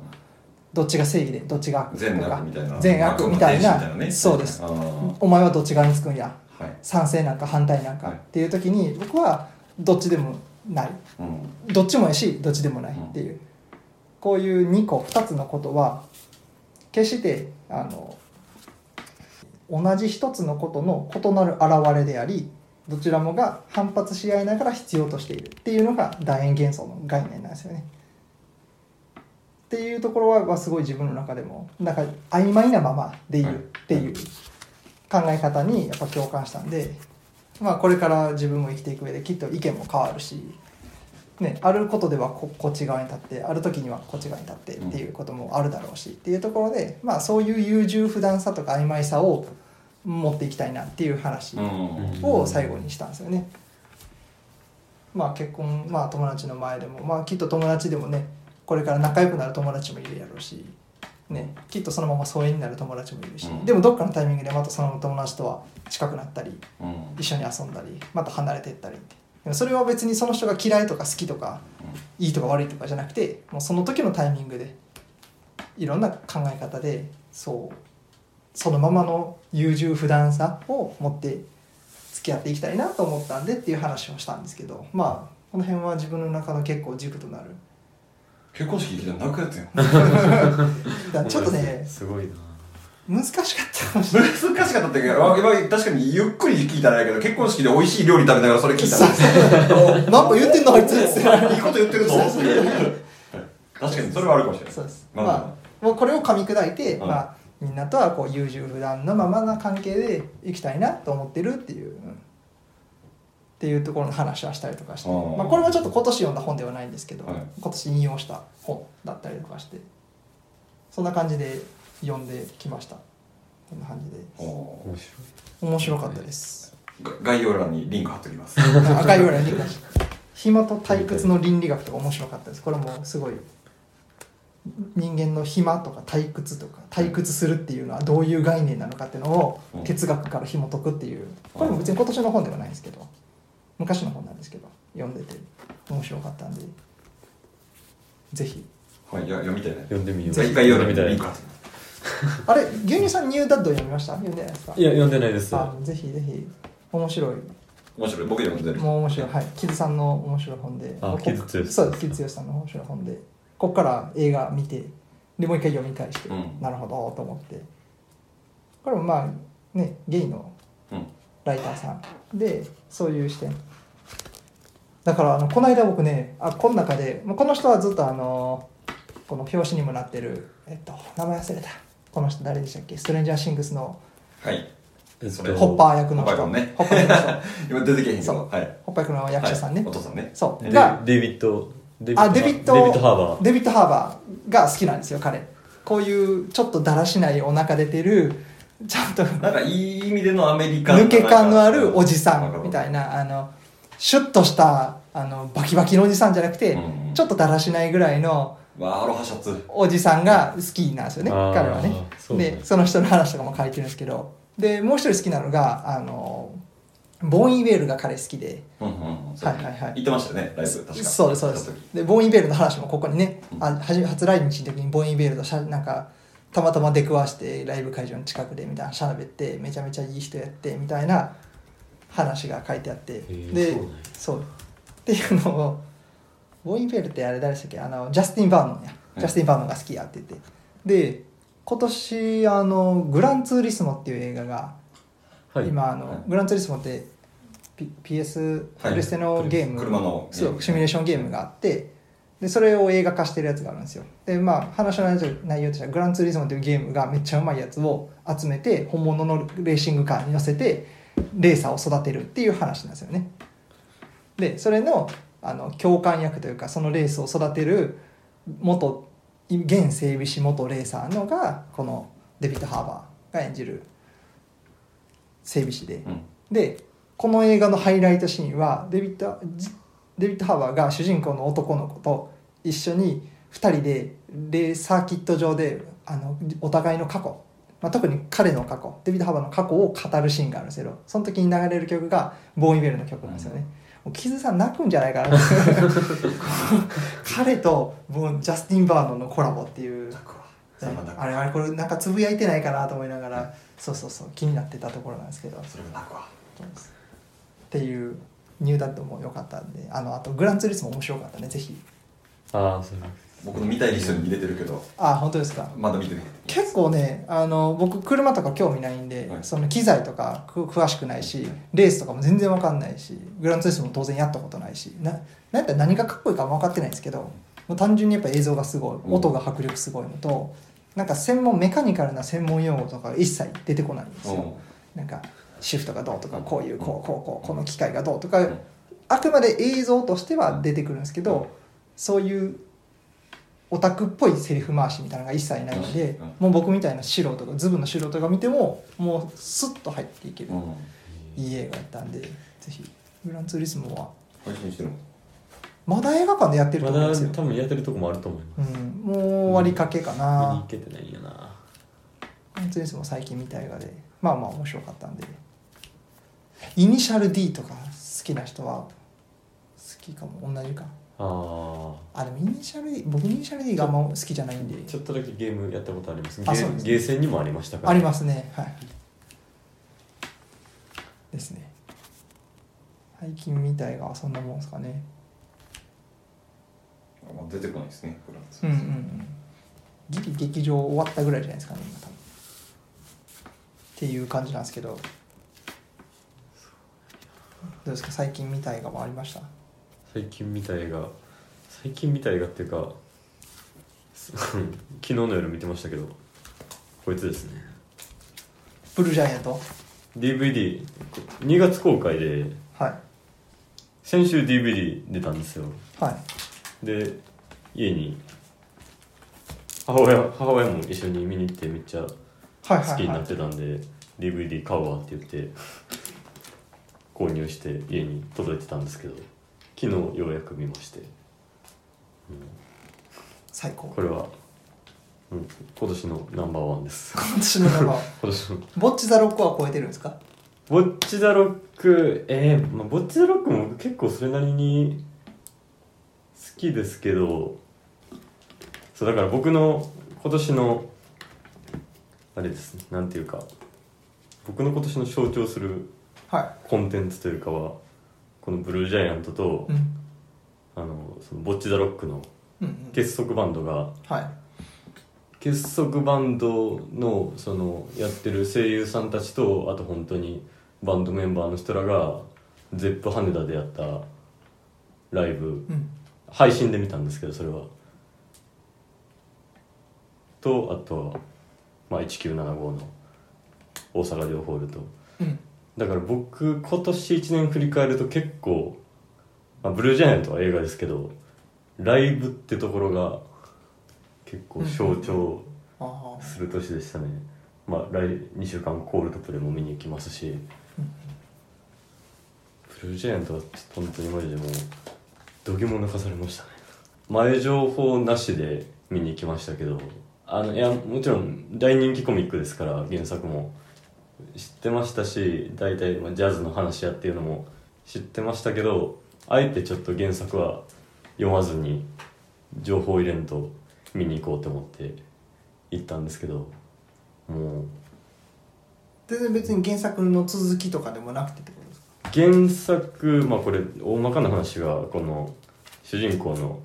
Speaker 1: どっちが正義でどっちが悪
Speaker 2: 善
Speaker 1: とか
Speaker 2: 悪みたいな
Speaker 1: 善悪みたいな
Speaker 2: 悪の天使みたいなね
Speaker 1: そうです
Speaker 2: あー
Speaker 1: お前はどっち側につくんや
Speaker 2: はい
Speaker 1: 賛成なんか反対なんか
Speaker 2: はい
Speaker 1: っていう時に僕はどっちでもない
Speaker 2: うん
Speaker 1: どっちもやしどっちでもないっていう、こういう2個2つのことは決してあの同じ1つのことの異なる現れでありどちらもが反発し合いながら必要としているっていうのが楕円幻想の概念なんですよね。っていうところはまあすごい自分の中でもなんか曖昧なままでいるっていう考え方にやっぱ共感したんで、まあ、これから自分も生きていく上できっと意見も変わるしね、あることではここっち側に立ってある時にはこっち側に立ってっていうこともあるだろうし、っていうところで、まあ、そういう優柔不断さとか曖昧さを持っていきたいなっていう話
Speaker 2: うん
Speaker 1: を最後にしたんですよね。まあ、結婚、まあ、友達の前でも、まあ、きっと友達でもねこれから仲良くなる友達もいるやろうし、ね、きっとそのまま疎遠になる友達もいるし、
Speaker 2: うん
Speaker 1: でもどっかのタイミングでまたその友達とは近くなったり
Speaker 2: うん
Speaker 1: 一緒に遊んだりまた離れていったりってでもそれは別にその人が嫌いとか好きとかいいとか悪いとかじゃなくてもうその時のタイミングでいろんな考え方でそうそのままの優柔不断さを持って付き合っていきたいなと思ったんでっていう話をしたんですけどまあこの辺は自分の中の結構軸となる
Speaker 2: 結婚式行きたら泣くやつやん
Speaker 1: だからちょっとね
Speaker 3: すごいな
Speaker 1: 難しかったかもしれない。
Speaker 2: 難しかったけどわ今確かにゆっくり聞いたらやけど結婚式で美味しい料理食べながら それ聞いたら
Speaker 1: そうなんか言ってんのあいつって
Speaker 2: いいこと言ってるぞ確かにそれはあるかもしれない
Speaker 1: そうです、
Speaker 2: ま
Speaker 1: ま
Speaker 2: あ
Speaker 1: あもうこれを噛み砕いて、
Speaker 2: うん
Speaker 1: まあ、みんなとはこう優柔不断のままな関係でいきたいなと思ってるっていう、うんっていうところの話はしたりとかして、
Speaker 2: あー
Speaker 1: まあ、これはちょっと今年読んだ本ではないんですけど、
Speaker 2: はい
Speaker 1: 今年引用した本だったりとかしてそんな感じで読んできましたこんな感じで
Speaker 2: お
Speaker 3: 面白い
Speaker 1: 面白かったです
Speaker 2: ーが概要欄にリンク貼っておきます
Speaker 1: 赤いぐらいに暇と退屈の倫理学とか面白かったですこれもすごい人間の暇とか退屈とか退屈するっていうのはどういう概念なのかっていうのを
Speaker 2: うん
Speaker 1: 哲学から紐解くっていうこれも別に今年の本ではないんですけど昔の本なんですけど読んでて面白かったんでぜひ
Speaker 2: はいや読みたいね
Speaker 3: 読んでみよう
Speaker 2: 概要欄に
Speaker 3: 読んで
Speaker 2: リ
Speaker 3: み
Speaker 2: ンク貼
Speaker 3: た
Speaker 2: っ
Speaker 3: い
Speaker 2: ておきます
Speaker 1: あれ牛乳さんニューダッド読みました読んでないですか
Speaker 3: いや読んでないです
Speaker 1: あぜひぜひ面白い
Speaker 2: 面白い僕読んでる
Speaker 1: もう面白い、はい、キズさんの面白い本で、
Speaker 3: あ
Speaker 1: こ
Speaker 3: キズ剛
Speaker 1: そうです、キズ剛さんの面白い本で、ここから映画見て、でもう一回読み返して、
Speaker 2: うん
Speaker 1: なるほどと思って、これもまあ、ね、ゲイの
Speaker 2: うん
Speaker 1: ライターさんで、そういう視点。だから、あのこの間僕ね、あこの中で、もうこの人はずっとあの、この表紙にもなってる、えっと、名前忘れた、この人誰でしたっけ、ストレンジャーシングスの
Speaker 2: はい
Speaker 3: えっ
Speaker 2: それ
Speaker 3: と
Speaker 1: ホッパー役の人、
Speaker 2: ホッパー君ね
Speaker 1: ホッパー役の人、
Speaker 2: 今出てけへんけ
Speaker 1: そ
Speaker 2: ど
Speaker 1: う
Speaker 2: はい
Speaker 1: ホッパー役の役者さんね。
Speaker 2: はいお父さんね
Speaker 1: そう
Speaker 3: デ
Speaker 1: が
Speaker 3: デイビッドデ
Speaker 1: あデビッド
Speaker 3: デビッドハーバー
Speaker 1: デビッド・ハーバーが好きなんですよ彼こういうちょっとだらしないお腹出てるちゃんと
Speaker 2: なんかいい意味でのアメリカ
Speaker 1: 抜け感のあるおじさ
Speaker 2: なんか
Speaker 1: んみたいなあのシュッとしたあのバキバキのおじさんじゃなくて、
Speaker 2: うんうん
Speaker 1: ちょっとだらしないぐらいの
Speaker 2: わあアロハシャツ
Speaker 1: おじさんが好きなんですよね
Speaker 3: あー
Speaker 1: 彼はね
Speaker 3: そうね
Speaker 1: でその人の話とかも書いてるんですけどでもう一人好きなのがあのボーン・イベールが彼好きで
Speaker 2: うんうんうん
Speaker 1: はいはいはい
Speaker 2: 言ってましたよねライブ確
Speaker 1: そう
Speaker 2: か
Speaker 1: ですそうです
Speaker 2: やった時
Speaker 1: でボーインベールの話もここにね、
Speaker 2: うん
Speaker 1: あはじ初来日の時にボーインベールとしゃなんかたまたま出くわしてライブ会場の近くでみたいなしゃべってめちゃめちゃいい人やってみたいな話が書いてあって、
Speaker 3: ー
Speaker 1: で
Speaker 3: そうなんや
Speaker 1: そうっていうのをボーインベールってあれ誰でしたっけあのジャスティン・バーノンや
Speaker 2: うん
Speaker 1: ジャスティン・バーノンが好きやって言ってで今年あの「グランツーリスモ」っていう映画が
Speaker 3: はい
Speaker 1: 今あの、
Speaker 2: はい
Speaker 1: グランツーリスモって、P、PS
Speaker 2: はい
Speaker 1: プレステのゲーム、
Speaker 2: 車のゲーム
Speaker 1: そうシミュレーションゲームがあって、でそれを映画化してるやつがあるんですよでまあ話の内容としては「グランツーリスモ」というゲームがめっちゃうまいやつを集めて本物のレーシングカーに乗せてレーサーを育てるっていう話なんですよねでそれのあの教官役というかそのレースを育てる元現整備士元レーサーのがこのデビッド・ハーバーが演じる整備士で、
Speaker 2: うん
Speaker 1: でこの映画のハイライトシーンはデビッド・じデビッドハーバーが主人公の男の子と一緒に2人でレーサーキット上であのお互いの過去、まあ、特に彼の過去デビッド・ハーバーの過去を語るシーンがあるんですけどその時に流れる曲がボーイ・ベルの曲なんですよね。もうキズさん泣くんじゃないか なこう彼とボンジャスティン・バーノンのコラボっていう
Speaker 2: ざまなく
Speaker 1: あれあれこれなんかつぶやいてないかなと思いながらそうそうそう気になってたところなんですけど
Speaker 2: それが泣くわ
Speaker 1: っていうニューダットも良かったんであのあとグランツーリスも面白かったねぜひ
Speaker 3: ああそうなんです
Speaker 2: 僕の見たいリストに入れてるけど
Speaker 1: あ本当ですか
Speaker 2: まだ見てない
Speaker 1: 結構ねあの僕車とか興味ないんで、
Speaker 2: はい
Speaker 1: その機材とかく詳しくないし
Speaker 2: はい
Speaker 1: レースとかも全然わかんないしグランツーリスも当然やったことないしななんか何がかっこいいかも分かってないんですけどもう単純にやっぱ映像がすごい
Speaker 2: うん
Speaker 1: 音が迫力すごいのと、なんか専門メカニカルな専門用語とかが一切出てこないんですよ、なんかシフトがどうとかこういうこうこうこうこの機械がどうとか
Speaker 2: ん
Speaker 1: あくまで映像としては出てくるんですけどそういうオタクっぽいセリフ回しみたいなのが一切ないんで
Speaker 2: うんうん
Speaker 1: もう僕みたいな素人がズブの素人が見てももうスッと入っていける
Speaker 2: うんうん
Speaker 1: いい映画やったんでぜひ「グランツーリスモ」は
Speaker 2: 配信してるの
Speaker 1: まだ映画館でやってると
Speaker 3: ま
Speaker 1: 思うん
Speaker 3: だ
Speaker 1: ですよ、
Speaker 3: 多分やってるとこもあると思います
Speaker 1: うん、もう終わりかけか
Speaker 3: 見
Speaker 1: な、
Speaker 3: に行けてないよな
Speaker 1: 本当にその最近見た映画でまあまあ面白かったんでイニシャル D とか好きな人は好きかも同じか
Speaker 3: あ
Speaker 1: あでもイニシャル D 僕イニシャル D があんま好きじゃないん
Speaker 3: あ
Speaker 1: で
Speaker 3: ちょっとだけゲームやったことありますゲ
Speaker 1: あそうなんで
Speaker 3: ー
Speaker 1: すね
Speaker 3: ゲーセンにもありましたから
Speaker 1: ありますねはいですね最近見た映画はそんなもんですかね
Speaker 2: あまあ出てこないですねフランス
Speaker 1: うんうんうんギリ劇場終わったぐらいじゃないですかね今多分っていう感じなんですけどどうですか最近見た映画もありました
Speaker 3: 最近見た映画最近見た映画っていうか す昨日の夜見てましたけどこいつですね
Speaker 1: ブルージャイアント
Speaker 3: DVD2 月公開で
Speaker 1: はい
Speaker 3: 先週 DVD 出たんですよ
Speaker 1: はい
Speaker 3: で家に母親母親も一緒に見に行ってめっちゃ
Speaker 1: はいはい
Speaker 3: 好きに
Speaker 1: は
Speaker 3: なっ
Speaker 1: い
Speaker 3: てたんで、DVD 買うわって言って購入して家に届いてたんですけど昨日ようやく見まして
Speaker 1: 最高
Speaker 3: これは、うん、今年のナンバーワ ンです
Speaker 1: 今年の名は
Speaker 3: 今年の
Speaker 1: ボッチザロックは超えてるんですか
Speaker 3: ボッチ・ザ・ロックえー、まあ、ボッチ・ザ・ロックも僕結構それなりに好きですけどそうだから僕の今年のあれですねなんていうか僕の今年の象徴する
Speaker 1: は
Speaker 3: コンテンツというかはこのブルージャイアントと、
Speaker 1: いうん
Speaker 3: あのそのボッチ・ザ・ロックの
Speaker 1: うんうん
Speaker 3: 結束バンドが
Speaker 1: はい
Speaker 3: 結束バンドのそのやってる声優さんたちとあと本当にバンドメンバーの人らが ZEP 羽田でやったライブ
Speaker 1: うん
Speaker 3: 配信で見たんですけどそれはとあとは、まあ、1975の大阪城ホールと
Speaker 1: うん
Speaker 3: だから僕今年1年振り返ると結構、まあ、ブルージャイアントは映画ですけどライブってところが結構象徴、
Speaker 1: ああ
Speaker 3: する年でしたねまあ来2週間コールドプレイも見に行きますしブルージェイアントはちょっと本当にマジでもう度肝抜かされましたね前情報なしで見に行きましたけどあのいやもちろん大人気コミックですから原作も知ってましたし大体まあジャズの話やっていうのも知ってましたけどあえてちょっと原作は読まずに情報入れんと見に行こうと思って行ったんですけどもう
Speaker 1: 全然別に原作の続きとかでもなくてってことですか
Speaker 3: 原作まあこれ大まかな話がこの主人公の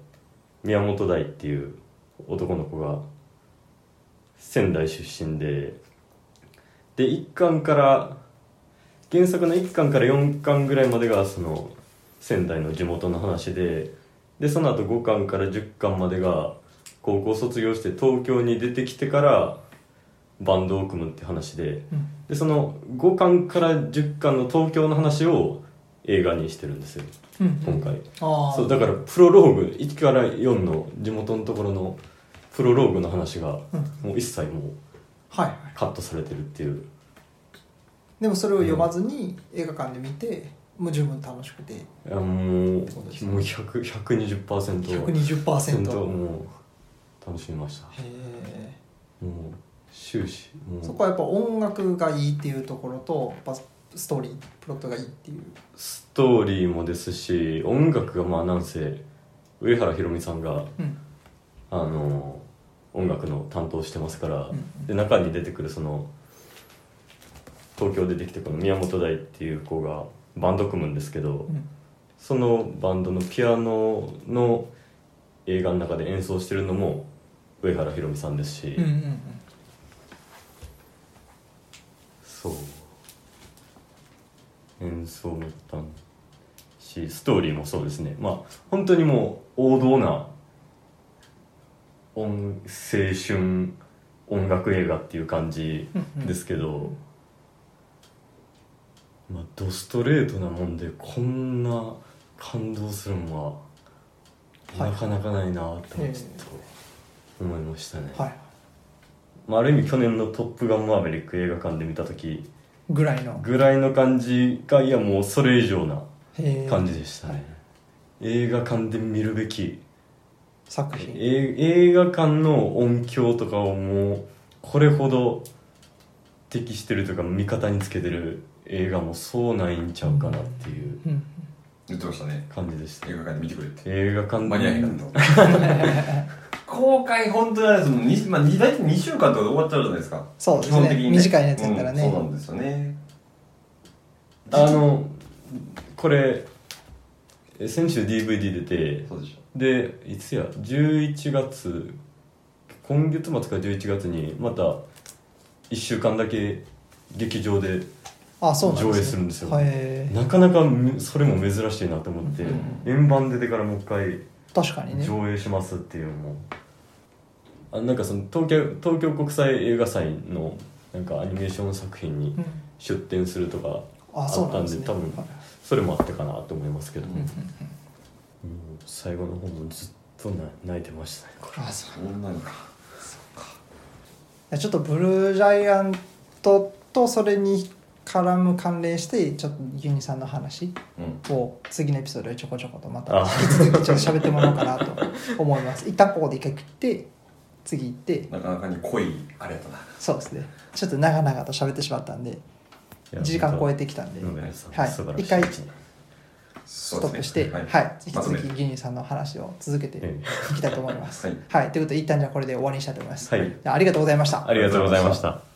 Speaker 3: 宮本大っていう男の子が仙台出身でで1巻から原作の1巻から4巻ぐらいまでがその仙台の地元の話ででその後5巻から10巻までが高校卒業して東京に出てきてからバンドを組むって話で
Speaker 1: うん
Speaker 3: でその5巻から10巻の東京の話を映画にしてるんですよ
Speaker 1: うん
Speaker 3: 今回
Speaker 1: ああ
Speaker 3: そうだからプロローグ1から4の地元のところのプロローグの話が
Speaker 1: うん
Speaker 3: もう一切もう
Speaker 1: はいはい
Speaker 3: カットされてるっていう
Speaker 1: でもそれを読まずに映画館で見てもう十分楽しくて
Speaker 3: いやもうもう
Speaker 1: そうですね
Speaker 3: 100 120%本当
Speaker 1: 120%へ
Speaker 3: もう楽しみました
Speaker 1: え
Speaker 3: もう終始もう
Speaker 1: そこはやっぱ音楽がいいっていうところとやっぱストーリープロットがいいっていう
Speaker 3: ストーリーもですし音楽がまあなんせ上原ひろみさんが
Speaker 1: うん
Speaker 3: あの音楽の担当してますから、
Speaker 1: うん
Speaker 3: で中に出てくるその東京でできてこの宮本大っていう子がバンド組むんですけど
Speaker 1: うん
Speaker 3: そのバンドのピアノの映画の中で演奏してるのも上原ひろみさんですし、
Speaker 1: うんうんうん
Speaker 3: そう演奏もったしストーリーもそうですねまあ本当にもう王道な音青春音楽映画っていう感じですけど、まあ、ドストレートなもんでこんな感動するんは
Speaker 1: はい
Speaker 3: なかなかないなとちょっ
Speaker 1: え
Speaker 3: と思いましたね、
Speaker 1: はい
Speaker 3: まあ、ある意味去年の「トップガンマーヴェリック」映画館で見た時
Speaker 1: ぐらいの
Speaker 3: ぐらいの感じがいやもうそれ以上な
Speaker 1: へえ
Speaker 3: 感じでしたね、映画館で見るべき
Speaker 1: 作品
Speaker 3: え映画館の音響とかをもうこれほど適してるというか味方につけてる映画もそうないんちゃうかなっていう
Speaker 1: うん
Speaker 2: 言ってましたね
Speaker 3: 感じでした
Speaker 2: 映画館で見てくれって
Speaker 3: 映画館で
Speaker 2: 間に合えへんかった 公開本当にあれですもんに、まあ、に大体2週間とかで終わっちゃうじゃないですか
Speaker 1: そうですね短いやつやったらね
Speaker 2: うんそうなんですよね
Speaker 3: あのこれえ先週 DVD 出て
Speaker 2: そうでしょ
Speaker 3: でいつや11月今月末か11月にまた1週間だけ劇場で
Speaker 1: あそうなんです、ね、
Speaker 3: 上映するんですよ
Speaker 1: はいへえ
Speaker 3: なかなかむそれも珍しいなと思って
Speaker 1: うん
Speaker 3: 円盤出てからもう一回
Speaker 1: 確かにね
Speaker 3: 上映しますっていうのもあなんかその東京東京国際映画祭のなんかアニメーション作品に
Speaker 1: うん
Speaker 3: 出展するとか
Speaker 1: あそうなんですね
Speaker 3: あったんで多分
Speaker 1: はい
Speaker 3: それもあったかなと思いますけど、
Speaker 1: うんうんうん
Speaker 3: うん最後の方もずっとな泣いてましたねこれ
Speaker 1: あそう
Speaker 2: そんなのか
Speaker 1: ちょっとブルージャイアントとそれに絡む関連してちょっとユニさんの話
Speaker 2: うん
Speaker 1: を次のエピソードでちょこちょことまた
Speaker 3: あ
Speaker 1: 引き続きちょっと喋ってもらおうかなと思います一旦ここで一回切って次行って
Speaker 2: なかなかに濃いあれやったな
Speaker 1: そうですねちょっと長々と喋ってしまったんで1時間超えてきたんで、
Speaker 3: 野
Speaker 1: は
Speaker 3: 村
Speaker 1: い
Speaker 3: さん素晴らしい
Speaker 1: 一回
Speaker 2: ス
Speaker 1: ストップして、はい引き
Speaker 2: まとめ
Speaker 1: 続きギニーさんの話を続けて
Speaker 3: え
Speaker 1: いきたいと思います。
Speaker 2: はい
Speaker 1: ということで一旦じゃあこれで終わりにしたいと思います。
Speaker 3: はい
Speaker 1: じゃあありがとうございました。
Speaker 3: ありがとうございました